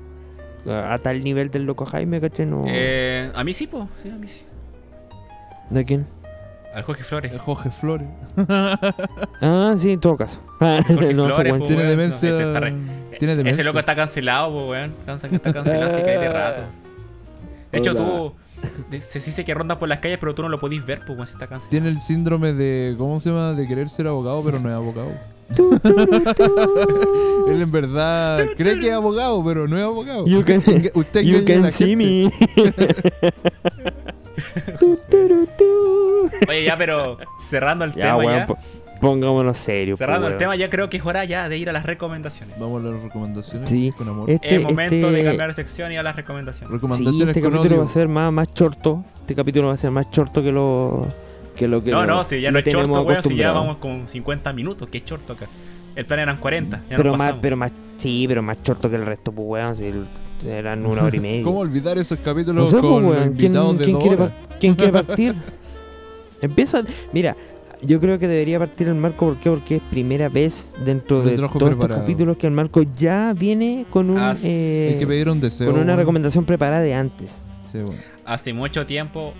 a, a tal nivel del loco Jaime, ¿cachai? No,
Eh, a mí sí, po. Sí, a mí sí.
¿De quién?
Al Jorge Flores.
El Jorge Flores.
Ah, sí, en todo caso. (laughs)
Jorge
no, ese
Flores,
weón
po,
sí.
weón,
Tiene
no,
demencia.
este está re-
Tiene demencia.
Ese loco está cancelado, po, weón. Cansa- Está cancelado, se cae de rato. De hecho,
Hola.
tú. de- Se dice que ronda por las calles, pero tú no lo podís ver, pues, weón, si está cancelado.
Tiene el síndrome de. ¿Cómo se llama? De querer ser abogado, pero no es abogado.
Tu, tu, ru,
(laughs)
tu.
Él en verdad cree que es abogado, pero no es abogado.
You can-
Usted engaña
You
a
can
la
see
gente.
me.
(laughs)
Tu, tu, ru, tu.
Oye, ya, pero cerrando el
Ya,
tema
weón,
ya.
po- pongámonos serios. po,
Cerrando el
weón.
tema, ya creo que es hora ya de ir a las recomendaciones.
Vamos a las recomendaciones.
Sí.
Con amor.
Este-
es momento de
este-
cambiar de sección y a las recomendaciones.
Sí,
Recomendaciones
este
con
capítulo
odio.
va a ser más, más corto. Este capítulo va a ser más corto que lo que lo que
No,
lo-
no, si ya no
lo
es chorto,
tenemos
weón, si ya
acostumbrado.
vamos con 50 minutos, que es chorto acá. El plan eran 40, ya
pero
nos
más,
pasamos.
pero más, sí, pero más corto que el resto, pues weón, si el- eran una (laughs) hora y media.
¿Cómo olvidar esos capítulos
no sé, pues,
con
weón, ¿quién,
invitados de
quién
dos
quiere
horas?
par- quién quiere partir? (laughs) Empieza, mira, yo creo que debería partir el Marco, ¿por qué? Porque es primera vez dentro
Lo
de todos
trajo
estos
preparado.
capítulos que el Marco ya viene con un
Ah, sí.
eh,
Hay que pedir un deseo.
con una
weón.
recomendación preparada de antes.
Sí, weón.
Hace mucho tiempo,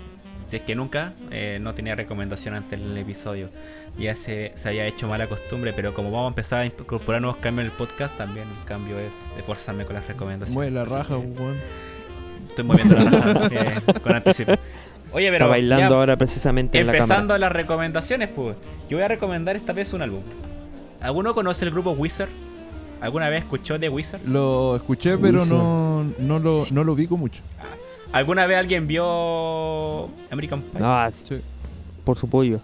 si es que nunca, eh, no tenía recomendación antes del episodio. Ya se, se había hecho mala costumbre, pero como vamos a empezar a incorporar nuevos cambios en el podcast, también un cambio es esforzarme con las recomendaciones.
Mueve la
Así
raja,
que
weón.
Estoy moviendo la
(laughs)
raja eh, con anticipo. Oye, pero
Está bailando
ya-
ahora precisamente en la cámara.
Empezando las recomendaciones, pues. Yo voy a recomendar esta vez un álbum. ¿Alguno conoce el grupo Wizard? ¿Alguna vez escuchó de Wizard?
Lo escuché, pero
Wilson.
no, no, lo, no lo ubico mucho.
¿Alguna vez alguien vio American Pie?
No, as-
Sí.
por su pollo.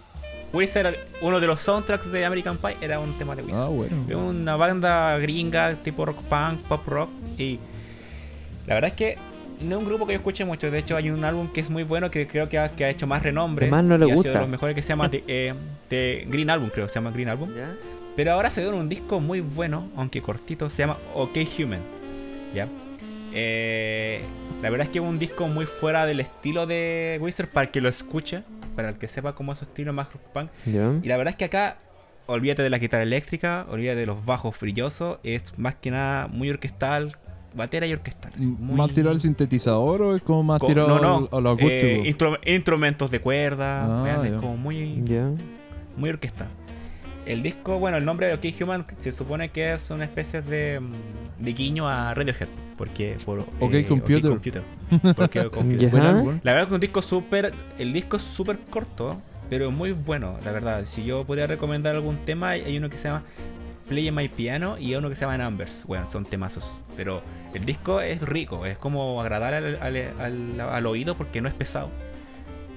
Wizard, uno de los soundtracks de American Pie, era un tema de
Ah,
Wizard.
bueno.
Es una banda gringa, tipo rock punk, pop rock. Y la verdad es que no es un grupo que yo escuche mucho. De hecho, hay un álbum que es muy bueno que creo que ha, que ha hecho más renombre.
Además, no le
y ha sido
gusta.
de los mejores que se llama The, eh, The Green Album, creo que se llama Green Album. Pero ahora se dio en un disco muy bueno, aunque cortito, se llama OK Human. ¿Ya? Eh, la verdad es que es un disco muy fuera del estilo de Wizard para el que lo escuche, para el que sepa cómo es su estilo más rock punk.
¿Ya?
Y la verdad es que acá, olvídate de la guitarra eléctrica, olvídate de los bajos brillosos, es más que nada muy orquestal, batera y orquestal. así, muy-
¿Más tirado al sintetizador o es como más
co-
tirado
no, no,
al- a lo acústico?
eh, instru- instrumentos de cuerda,
Ah,
weón, es
ya.
como muy
¿Ya?
muy orquesta. El disco, bueno, el nombre de OK Human se supone que es una especie de, mm, de guiño a Radiohead. Porque por eh,
OK Computer. (laughs)
Porque OK Computer.
Ya.
Buen
Ajá.
álbum.
La verdad es que un disco súper. El disco es súper corto, pero muy bueno, la verdad. Si yo podría recomendar algún tema, hay- hay uno que se llama Play in My Piano y hay uno que se llama Numbers. Bueno, son temazos. Pero el disco es rico, es como agradable al, al- al- al oído porque no es pesado.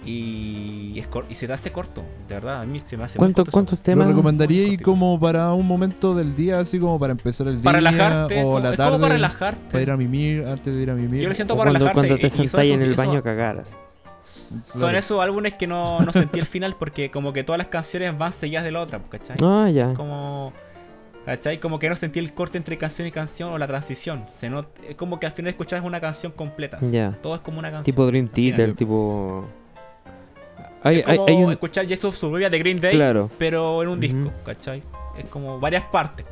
Y, es cor- y se te hace corto, de verdad. A mí se me hace muy
¿Cuánto-
corto ese
¿Cuántos
Lo
temas?
recomendaría
Muy
y
cortito.
como para un momento del día, así como para empezar el día.
Para relajarte,
O
como-
la
es
tarde.
como para
para ir
relajarte.
a mimir, antes de ir a mimir.
Yo lo siento
O
para
cuando,
relajarse.
cuando
y-
te
y son
sentáis en
esos-
el
esos-
baño a cagaras.
Son
Claro.
esos álbumes que no, no sentí el final porque como que todas las canciones van seguidas de la otra, ¿cachai?
Ah, ya.
Como... ¿Cachai? Como que no sentí el corte entre canción y canción o la transición. Se not- es como que al final escuchas una canción completa. así.
Ya.
Todo es como una canción.
Tipo Dream
final.
Theater, tipo... Hay,
es
hay,
como
hay un...
escuchar Yes of Suburbia de Green Day,
Claro.
pero en un disco,
Ujú.
¿cachai? Es como varias partes.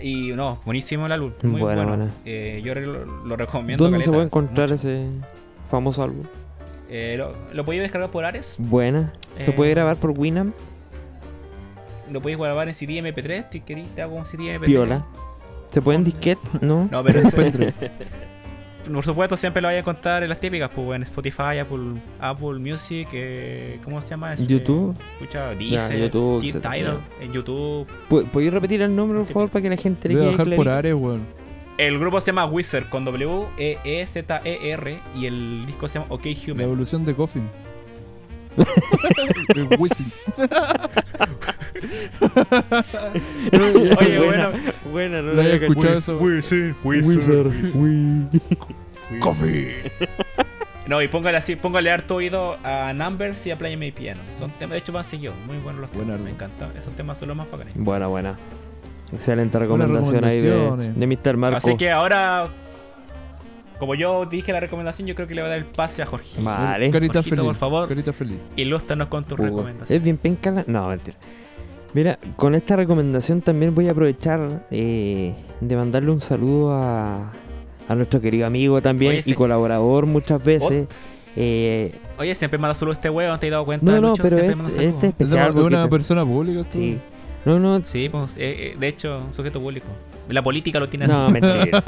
Y no, buenísimo el álbum. Muy
Buena,
bueno.
buena.
Eh, yo re- lo, lo recomiendo.
¿Dónde se
caleta,
puede encontrar
mucho.
ese famoso álbum?
Eh, lo, lo podéis descargar por Ares.
Buena. ¿Se
Eh,
puede grabar por Winamp?
Lo podéis grabar en CD MP3. Si queréis, te hago un CD MP3.
Viola. ¿Se puede en disquete? ¿No?
No,
(laughs)
pero eso-
Petre.
(laughs) por supuesto, siempre lo voy a contar en las típicas, pues en Spotify, Apple, Apple Music, eh, ¿cómo se llama? eso?
¿YouTube?
Eh, Escucha, Deezer,
YouTube,
Ti-
etcétera,
Tidal, en YouTube.
¿Pu- ¿Podéis repetir el nombre, por
Sí.
favor, para que la gente le
Voy a
quede
bajar por
clarito?
Ares, weón.
El grupo se llama Wizard con E W-E-E-Z-E-R y el disco se llama OK
(laughs)
La
Human.
evolución de
(laughs)
Coffin. De Wisin.
Oye,
buena,
bueno.
buena, no
No
lo E
había
había
escuchado
cachado.
eso.
Wizard,
Wizard. Wi-
Coffee.
No, y póngale así, póngale harto oído a Numbers y a Play My Piano. Son temas, de hecho van seguidos, muy buenos los temas,
Buenardo.
me encantan. Esos temas son los más bacanes.
Buena, buena. Excelente recomendación ahí de,
recomendaciones.
de Mr. Marco.
Así que ahora, como yo dije la recomendación, yo creo que le voy a dar el pase a Jorge.
Vale.
Carita
Jorgito,
feliz.
por favor.
Carita feliz.
Ilústranos con tu
Hugo.
recomendación.
Es bien penca la- No, mentira. Mira, con esta recomendación también voy a aprovechar eh, de mandarle un saludo a, a nuestro querido amigo también
Oye,
y
sí.
colaborador muchas veces. eh,
Oye, siempre manda saludos este weón, ¿te has dado cuenta?
no, no,
Lucho?
pero
Siempre
este,
manda
este es
saludos.
Es una,
especial. porque te-
persona pública. esto.
sí. No, no,
Sí, pues, eh, eh, de hecho, un sujeto público. La política lo tiene
no,
(laughs) así.
mentira.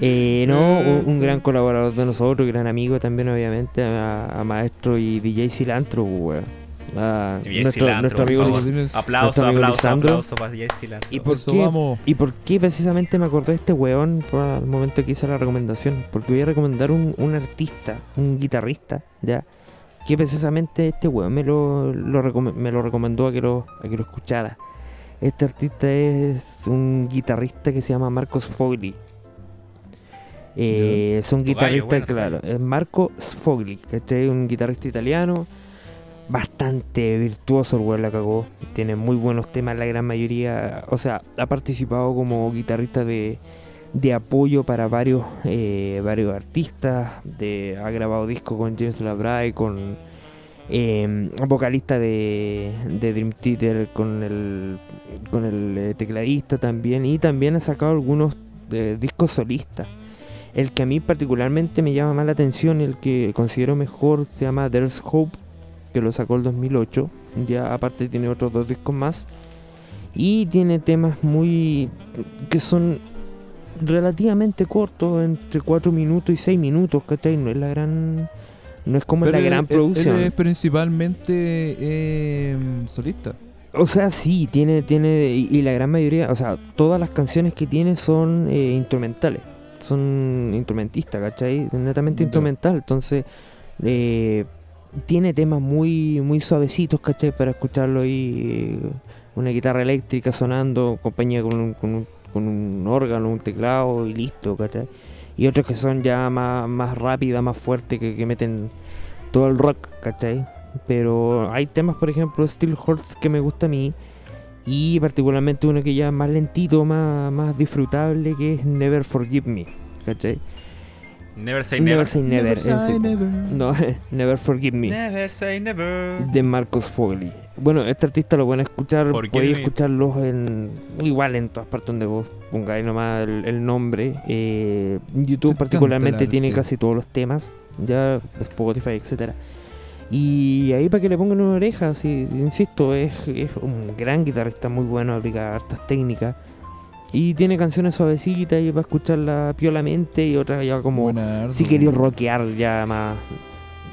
Eh,
(laughs)
no, un, un gran colaborador de nosotros, gran amigo también, obviamente, a, a maestro y DJ Cilantro, pues, weón. A
Jay
nuestro,
Cilantro,
nuestro
por
amigo
favor.
Liz-
Tienes-
Aplauso,
amigo
aplauso,
Lisandro.
aplauso para Jay Cilantro.
Y por
Eso
qué?
vamos.
¿Y por qué precisamente me acordé de este weón por al momento que hice la recomendación? Porque voy a recomendar un, un artista, un guitarrista, ¿ya? Que precisamente este weón me lo, lo recome- me lo recomendó a que lo, a que lo escuchara. Este artista es un guitarrista que se llama Marcos Fogli. Eh, es un
Tu gallo,
guitarrista,
bueno, tu
claro, es Marco Sfogli, que es un guitarrista italiano, bastante virtuoso, el weón la cagó, tiene muy buenos temas, la gran mayoría, o sea, ha participado como guitarrista de, de apoyo para varios, eh, varios artistas, de, ha grabado discos con James Labray, con eh, vocalista de, de Dream Theater, con el, con el eh, tecladista también, y también ha sacado algunos de discos solistas. El que a mí particularmente me llama más la atención, el que considero mejor, se llama There's Hope, que lo sacó el 2008. Ya aparte tiene otros dos discos más. Y tiene temas muy... que son relativamente cortos, entre 4 minutos y 6 minutos, ¿cachai? No es la gran... No es como
Pero
la
él-
gran
él-
producción.
Él es principalmente eh, solista.
O sea, sí, tiene, tiene, y, y la gran mayoría, o sea, todas las canciones que tiene son eh, instrumentales, son instrumentistas, ¿cachai? Son Netamente
Ya.
instrumental, entonces eh, tiene temas muy, muy suavecitos, ¿cachai? Para escucharlo ahí, eh, una guitarra eléctrica sonando, compañía con un, con un, con un órgano, un teclado y listo, ¿cachai? Y otros que son ya más, más rápidas, más fuertes, que, que meten todo el rock, ¿cachai? Pero hay temas, por ejemplo, Steel Hearts que me gusta a mí. Y particularmente uno que ya es más lentito, más, más disfrutable, que es Never Forgive Me. ¿Cachai?
Never say never.
Say Never. en
say
sí.
never.
No, (laughs) Never Forgive Me.
Never say never.
De Marcos Fogli. Bueno, este artista lo pueden escuchar,
Forgive
podéis
Me.
escucharlos en. Igual en todas partes donde vos pongáis nomás el, el nombre. Eh,
Te
YouTube
encanta
particularmente
el
tiene
arte.
casi todos los temas. Ya Spotify, etcétera. Y ahí para que le pongan una oreja, sí, insisto, es, es un gran guitarrista muy bueno, aplica hartas técnicas. Y tiene canciones suavecitas y para escucharla piolamente y otras ya como
Buena,
si
Ardo.
queréis rockear ya más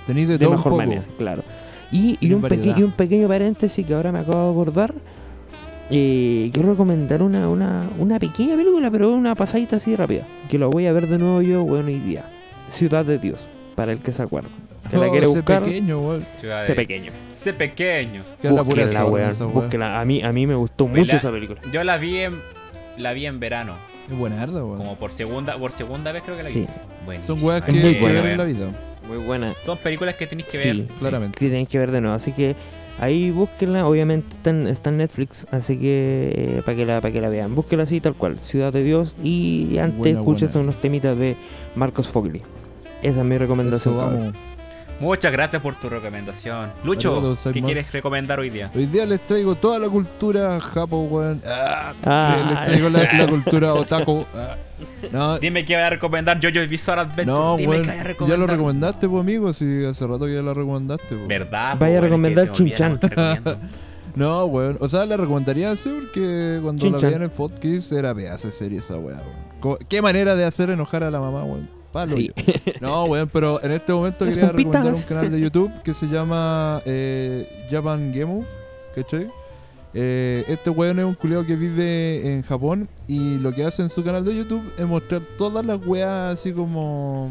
Tenéis de,
de
todo un
mejor
poco. (laughs)
manera, claro. Y, y
Tiene
un peque-
variedad.
y un pequeño paréntesis que ahora me acabo de acordar. eh, quiero recomendar una, una, una pequeña película, pero una pasadita así rápida. Que la voy a ver de nuevo yo, bueno, hoy día. Ciudad de Dios, para el que se acuerda. Que la
Oh,
quiere
ese
buscar,
pequeño, weón.
Ciudad
sé
de-
pequeño.
Sé pequeño.
Que habla pura
Búsquenla,
zorra
weón,
esa weá.
búsquenla. A mí, a mí me gustó
Oye,
mucho
la-
esa película.
Yo la vi en, la vi en verano.
Es buenardo, weón.
Como por segunda, por segunda vez creo que la vi.
Sí,
Buenísima. Eh,
Son weas que
muy
hay que
buena.
ver en la vida,
muy buena.
Son películas que tenéis que
Sí.
ver.
claramente.
Sí, tenéis que ver de nuevo. Así que ahí búsquenla. Obviamente está en, está en Netflix. Así que eh, para que, la- pa' que la vean. Búsquenla así, tal cual. Ciudad de Dios. Y antes
Buena,
escúchense
buena.
unos temitas de Marcos Fogli. Esa es mi recomendación.
Eso,
cabrón.
vamos.
Muchas gracias por tu recomendación. Lucho,
Saludos, soy
¿qué
Max.
quieres recomendar hoy día?
Hoy día les traigo toda la cultura japo, weón. Ah,
Ah.
les traigo la, la cultura otaku. Ah. No,
Dime qué voy a recomendar Jojo Bizarre Adventure.
no
Dime
weón.
qué voy a
Ya
recomendar.
lo recomendaste, pues, amigo. Si hace rato que ya la recomendaste, pues.
Vaya
¿Verdad?
a
po, weón, es que
recomendar
se me olvida
Chin-chan.
lo que
(laughs)
recomiendo.
No, weón. O sea, la recomendaría así porque cuando la
Chin-chan.
veía en el podcast era pedazo de serie esa weá, weón. Co- ¿Qué manera de hacer enojar a la mamá, weón? Palo.
Sí.
yo. No, weón, pero en este
(laughs)
momento
Las
quería
pompitas.
recomendar un canal de YouTube que se llama eh, Japan Gemu, ¿cachai? Eh, este weón es un culiao que vive en Japón y lo que hace en su canal de YouTube es mostrar todas las weas así como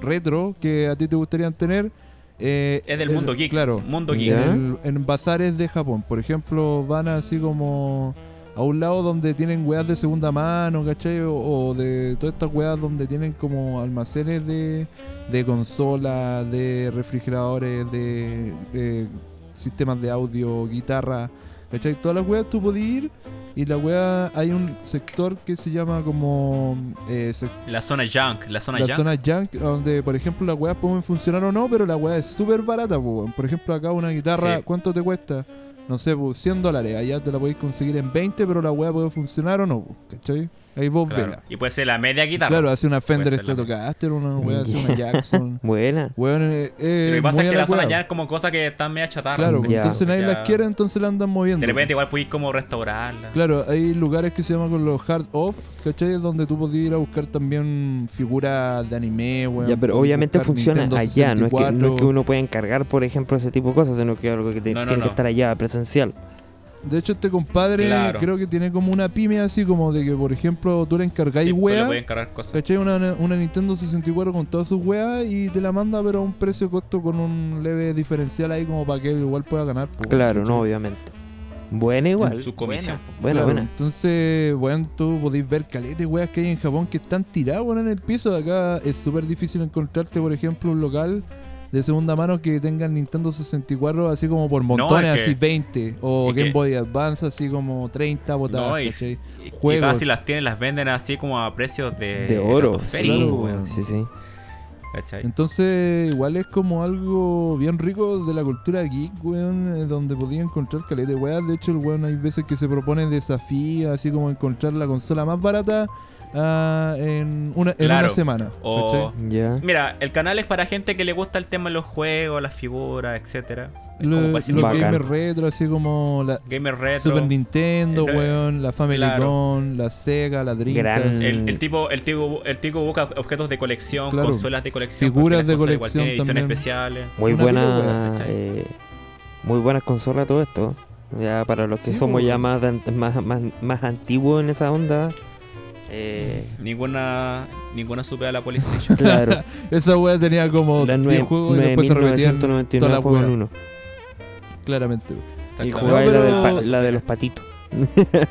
retro que a ti te gustarían tener. eh,
Es del
el-
mundo geek.
Claro
Mundo
Ya.
geek.
en, el- en bazares de Japón. Por ejemplo, van así como a un lado donde tienen weas de segunda mano, ¿cachai? O, o de todas estas weas donde tienen como almacenes de, de consolas, de refrigeradores, de eh, sistemas de audio, guitarra, ¿cachai? Todas las weas tú podías ir y la wea hay un sector que se llama como eh, sec-
La zona junk, la zona
la
junk.
zona junk, donde por ejemplo las weas pueden funcionar o no, pero la wea es súper barata, po, weón. Por ejemplo, acá una guitarra,
Sí.
¿cuánto te cuesta? No sé, po, 100 dólares. Allá te la podéis conseguir en 20, pero la wea puede funcionar o no, po, ¿cachai? Ahí vos
Claro.
vela.
Y puede ser la media guitarra.
Claro, hace una Fender
ser la
Stratocaster, una wea, hace
Mm, Ya. (laughs)
una Jackson.
Buena.
Weón, eh, eh,
Lo que pasa
muy
es
a
que
la
la zona
wea.
junk es como cosas que están media chatarra.
Claro,
Ya.
entonces nadie
Ya.
las quiere, entonces la andan moviendo.
De repente igual puedes como restaurarla.
Claro, hay lugares que se llaman con los hard off, ¿cachai? Donde tú podías ir a buscar también figuras de anime, weón.
Ya, pero
podías
obviamente
buscar
funciona
Nintendo
allá, no es, que, no es que
64.
uno pueda encargar, por ejemplo, ese tipo de cosas, sino que algo que te-
No, no,
tiene
no.
que estar allá presencial.
De hecho, este compadre
Claro.
creo que tiene como una pyme así como de que, por ejemplo, tú le encargáis
Sí, pues, tú le
wea,
puedes encargar cosas.
¿cachai? Una, una Nintendo 64 con todas sus weas y te la manda, pero a un precio costo con un leve diferencial ahí como para que él igual pueda ganar. po,
Claro,
¿cachai?
no, obviamente. Buena igual.
su comisión.
Buena,
Claro,
buena.
Entonces, bueno, tú podéis ver calete, weas que hay en Japón que están tiradas, weón, en el piso. Acá es súper difícil encontrarte, por ejemplo, un local de segunda mano que tenga el Nintendo 64 así como por montones,
es que-
así 20. O
es
Game
que-
Boy Advance así como 30 botadas,
No, y,
¿cachai?
y- y
Juegos.
casi las tienen, las venden así como a precios de,
De oro.
estratosférico,
claro,
weón,
weón.
Sí, sí.
¿cachai?
Entonces, igual es como algo bien rico de la cultura geek, weón, eh, donde podía encontrar caleta de weas. De hecho, el weón hay veces que se propone desafíos, así como encontrar la consola más barata ah, en, una, en
Claro.
una semana.
O-
¿cachai?
Ya.
Mira, el canal es para gente que le gusta el tema de los juegos, las figuras, etcétera. Es
Lo-
como para
Los
decir,
Bacán.
gamers retro, así como la
gamer retro.
Super Nintendo,
Eh,
weón, la Family
claro.
Con, la Sega, la Dreamcast.
Gran-
El, el tipo, el tipo, el tipo busca objetos de colección,
Claro.
consolas de colección,
Figuras
porque las
de
consolas
colección
igual tienen ediciones especiales.
Muy
Una
buena.
buena,
¿cachai?
eh, muy buenas consolas todo esto. Ya para los que
Sí,
somos ya
weón.
más, de ant- más, más, más antiguos en esa onda. eh,
(laughs)
Ninguna, ninguna supera a la PlayStation.
claro.
Esa wea tenía
las
como 10
nueve-
juegos y después se repetían todas
9.999 juegos
las
pues, en
weas,
uno.
claramente. weón.
Y
Exactamente.
jugaba
No,
la, del
pero-
pa- la de los patitos.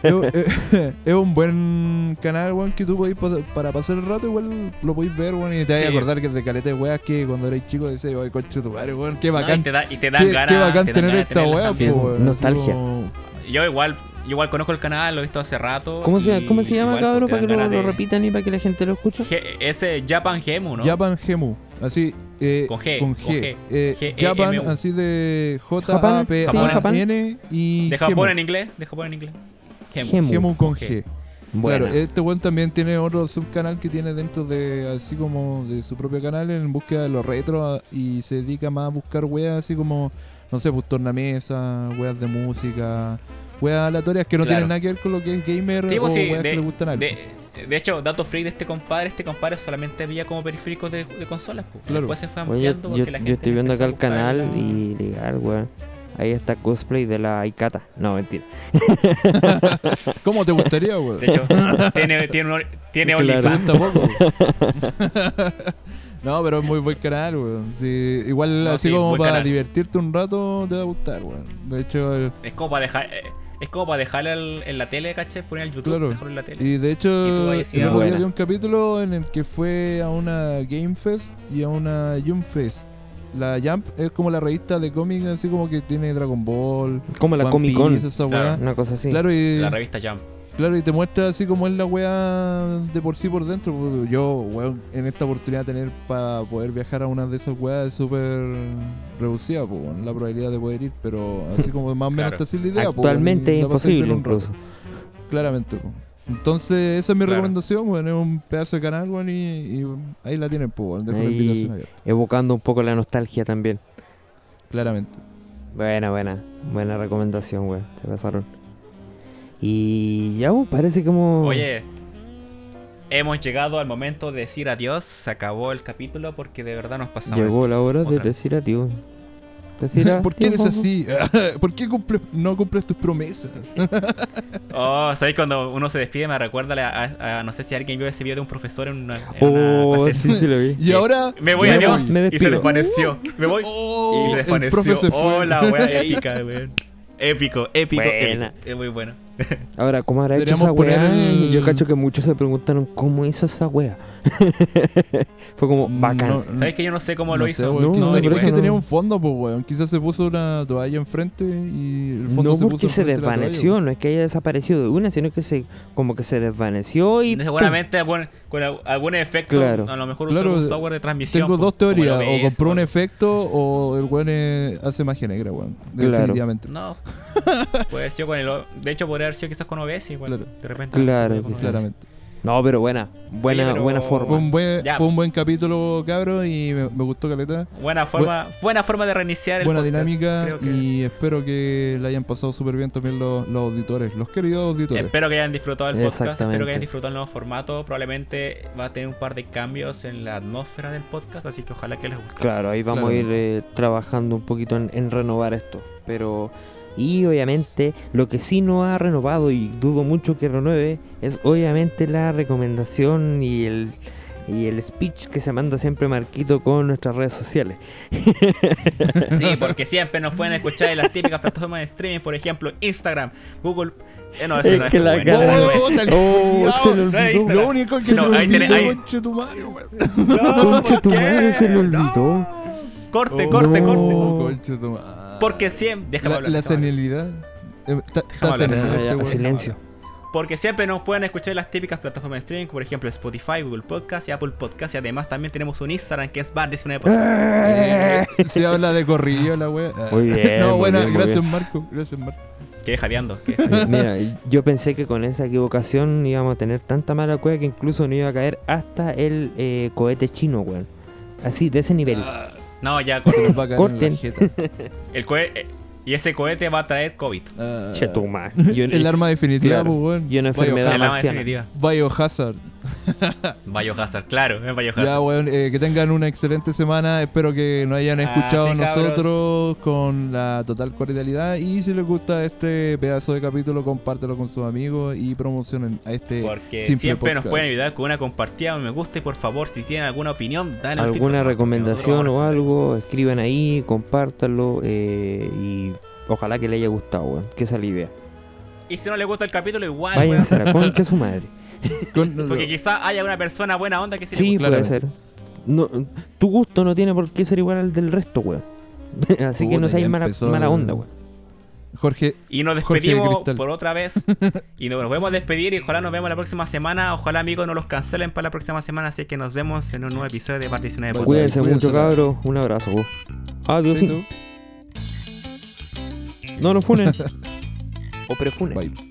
es, un- (laughs) eh, es un buen canal, weón, que tú podéis pas- para pasar el rato, igual lo podéis ver, weón, y te vais a
Sí.
acordar que es de caleta de weas que cuando erais chico decías, ay, coche tu madre, weón, qué
No,
bacán.
y te, da- y te dan
Qué,
ganas.
qué bacán
te dan
tener
ganas de
esta
tenerlas
wea, po,
también.
weón. así
Nostalgia.
como-
Yo igual, yo igual conozco el canal, lo he visto hace rato.
¿Cómo se,
y
¿cómo se llama,
igual pues,
cabrón?
te
Para que
dan
lo,
ganas
lo
de-
repitan y para que la gente lo escuche.
Ge- ese Japan Gemu, ¿no?
Japan Gemu. Así, eh,
Con G,
Con G.
con G. E
Eh,
G-E-M-U.
Japan, así de
Japán,
sí,
Japán.
J-A-P-A-N y
de
Gemu.
Japón en inglés, de Japón en inglés. Gemu.
Gemu.
Gemu con
G.
G.
Bueno,
Claro, este weón también tiene otro subcanal que tiene dentro de, así como de su propio canal en búsqueda de los retros y se dedica más a buscar weas así como, no sé, pues tornamesas, weas de música, weas aleatorias que no
Claro.
tienen nada que ver con lo que es gamer
Sí,
o
pues, sí,
weas
de-
que le gustan a alguien.
De, de hecho, datos free de este compadre, este compadre solamente veía como periféricos de, de consolas. pues.
Claro.
Después se fue
Oye,
ampliando
yo,
porque
yo
la gente
estoy viendo acá el
empezó a
canal
gustar la-
y legal, weón. Ahí está cosplay de la Aikata. No, mentira.
¿Cómo te gustaría,
(laughs) (laughs)
weón?
De hecho,
(laughs)
tiene, tiene, un- tiene
Claro.
OnlyFans.
Tampoco. (laughs) no, pero es muy buen canal, weón. Sí, igual
No,
así
sí,
como
buen
para
canal.
divertirte un rato te va a gustar, weón. De hecho, el-
Es como para dejar... eh, Es como para dejar el- en la tele, ¿cachai? Poner el YouTube,
Claro.
dejarlo en la tele.
Y de
Y tú
hecho,
ahí
el
decías,
otro día
"Buena".
vi un capítulo en el que fue a una Game Fest y a una Jump Fest. La Jump es como la revista de cómics, así como que tiene Dragon Ball,
Como la
One
Comic
Piece,
Con.
esa
Claro.
weá.
Una cosa así.
Claro, y,
La revista Jump.
claro, y te muestra así como es la weá de por sí por dentro. porque Yo, weón, en esta oportunidad tener para poder viajar a una de esas weas es súper reducida, po, weón, la probabilidad de poder ir, pero
(laughs)
así como más o menos
Claro.
está así la idea. po, weón,
Actualmente
y
es
la pasáis bien
imposible
un rato.
incluso.
Claramente, po. Entonces, esa es mi
Claro.
recomendación, weón. Es un pedazo de canal, weón, y, y ahí la tienen, po, weón. Dejo la
Ahí.
invitación abierta.
Evocando un poco la nostalgia también.
Claramente.
Buena, buena. Buena recomendación, weón. Se pasaron. Y ya, weón, parece
Oh.
como...
Oye, hemos llegado al momento de decir adiós. Se acabó el capítulo porque de verdad nos pasamos.
Llegó la hora de
otra vez.
decir
(laughs)
adiós. Decir
¿Por qué eres
adiós.
así? (laughs) ¿Por qué cumple- no cumples
(laughs)
tus promesas?
Oh, ¿sabes? Cuando uno se despide me recuerda a, a- a- no sé si alguien vio ese video de un profesor en una, en una
Oh,
clase.
sí, sí lo vi.
y ahora.
Me voy,
Me
adiós.
voy, me
y se
despido.
desvaneció. Me voy.
Oh,
y se
el profe
desvaneció.
se fue.
oh, la wea épica, weón. Épico, épico,
Buena.
épico. Es muy bueno.
Ahora, ¿cómo habrá hecho
Deberíamos
esa
poner
weá?
el-
Yo cacho que muchos se preguntaron cómo hizo esa weá. (laughs) Fue como bacán.
(laughs) No, no-
¿Sabes que yo no sé cómo lo
no sé,
hizo?
weón,
No,
quizás-
no,
pero
por
es
eso
que
no.
tenía un fondo, pues, weón. Quizás se puso una toalla enfrente y el fondo
No
se puso
porque se
enfrente de la toalla,
desvaneció, no es que haya desaparecido de una, sino que se como que se desvaneció y
Seguramente algún- con al- algún efecto,
Claro.
a lo mejor
Claro,
usó un software de transmisión.
Tengo
po,
dos
como el
teorías.
OBS,
O compró un
bueno.
efecto o el weón eh, hace magia negra, weón.
Claro.
Definitivamente. (laughs)
No. Pues yo con el. O- De hecho, podría haber sido quizás con OBS igual.
Claro.
De repente.
Claro,
se puede con OBS.
Claramente.
No, pero buena, buena,
Oye, pero-
buena
Fue
forma.
un buen,
Ya.
fue un buen capítulo, cabro, y me, me gustó caleta.
Buena forma, buena forma de reiniciar el
Buena
podcast.
dinámica
Creo que-
y espero que la hayan pasado súper bien también los, los auditores, los queridos auditores.
Espero que hayan disfrutado el podcast, espero que
Exactamente.
hayan disfrutado el nuevo formato. Probablemente va a tener un par de cambios en la atmósfera del podcast, así que ojalá que les guste.
Claro, ahí vamos a ir eh, trabajando un poquito en, en renovar esto. Pero, y obviamente, lo que sí no ha renovado y dudo mucho que renueve es obviamente la recomendación y el, y el speech que se manda siempre Marquito con nuestras redes sociales.
(laughs) Sí, porque siempre nos pueden escuchar en las típicas plataformas de streaming, por ejemplo, Instagram, Google. eh, no, ese
Es
no es
que la
Google.
cara-
Google,
Oh,
¡Oh, tal-
oh, se le
Diablo!
olvidó.
Lo único que
Sí,
se
no,
me
ahí tenés-
olvidó,
ahí-
conchetumare, weón.
No,
Concha
¿por
tu
qué?
madre, se le
No.
olvidó.
Corte,
Oh,
corte,
no.
corte.
oh, conchetumare.
Porque siempre. déjame
La,
hablar,
la
déjame hablar.
senilidad. Eh, ta- ta-
hablar, déjame
senil este
Ah, ya, (laughs)
weón.
silencio.
Porque siempre nos pueden escuchar en las típicas plataformas de streaming, por ejemplo Spotify, Google Podcast y Apple Podcast. Y además también tenemos un Instagram que es Bar19 Podcast.
Eh, (laughs) Se habla de corrillo la wea. Ah.
Muy bien,
No,
muy
bueno,
bien, muy
gracias
bien.
Marco.
(laughs)
Gracias Marco.
Que jadeando. que-
(laughs) Mira, yo pensé que con esa equivocación íbamos a tener tanta mala cueva que incluso no iba a caer hasta el eh, cohete chino, weón. Así, de ese nivel.
No, ya, corte.
Nos va a caer en
Corten.
la jeta.
(laughs) El cohete. Y ese cohete va a traer COVID.
Ah.
Che, tu madre. (laughs) Y un-
El arma definitiva,
claro.
pues, weón.
Y una enfermedad.
En
La
la más
marciana.
definitiva.
Biohazard. Biohazard.
Biohazard, claro, es Biohazard.
Ya, weón, eh, que tengan una excelente semana. Espero que nos hayan
Ah,
escuchado
sí,
a nosotros con la total cordialidad. Y si les gusta este pedazo de capítulo, compártelo con sus amigos y promocionen a este
Porque
simple
siempre nos
podcast.
pueden ayudar con una compartida, un me gusta y por favor, si tienen alguna opinión, dan
alguna recomendación o algo, escriban ahí, compártanlo eh, y ojalá que le haya gustado, weón. Que esa es la idea.
Y si no les gusta el capítulo, igual, weón,
Váyanse a la concha de su madre.
Con-
Porque quizás haya una persona buena onda que sí, le
Sí,
guste.
puede
claramente.
ser. No, tu gusto no tiene por qué ser igual al del resto, weón. (laughs) Así que
Puta,
no
ya
seáis mala,
empezó
mala
el-
onda, weón.
Jorge,
Y nos
Jorge
despedimos
Cristal.
por
(laughs)
otra vez. Y nos volvemos a despedir. Y ojalá nos vemos la próxima semana. Ojalá, amigos, no los cancelen para la próxima semana. Así que nos vemos en un nuevo episodio de Partición de
Bye.
Podcast.
Cuídense mucho,
cuídense.
cabros. Un abrazo, weón. Adiós.
¿tú? (laughs)
No nos funen. o prefunen.
bye.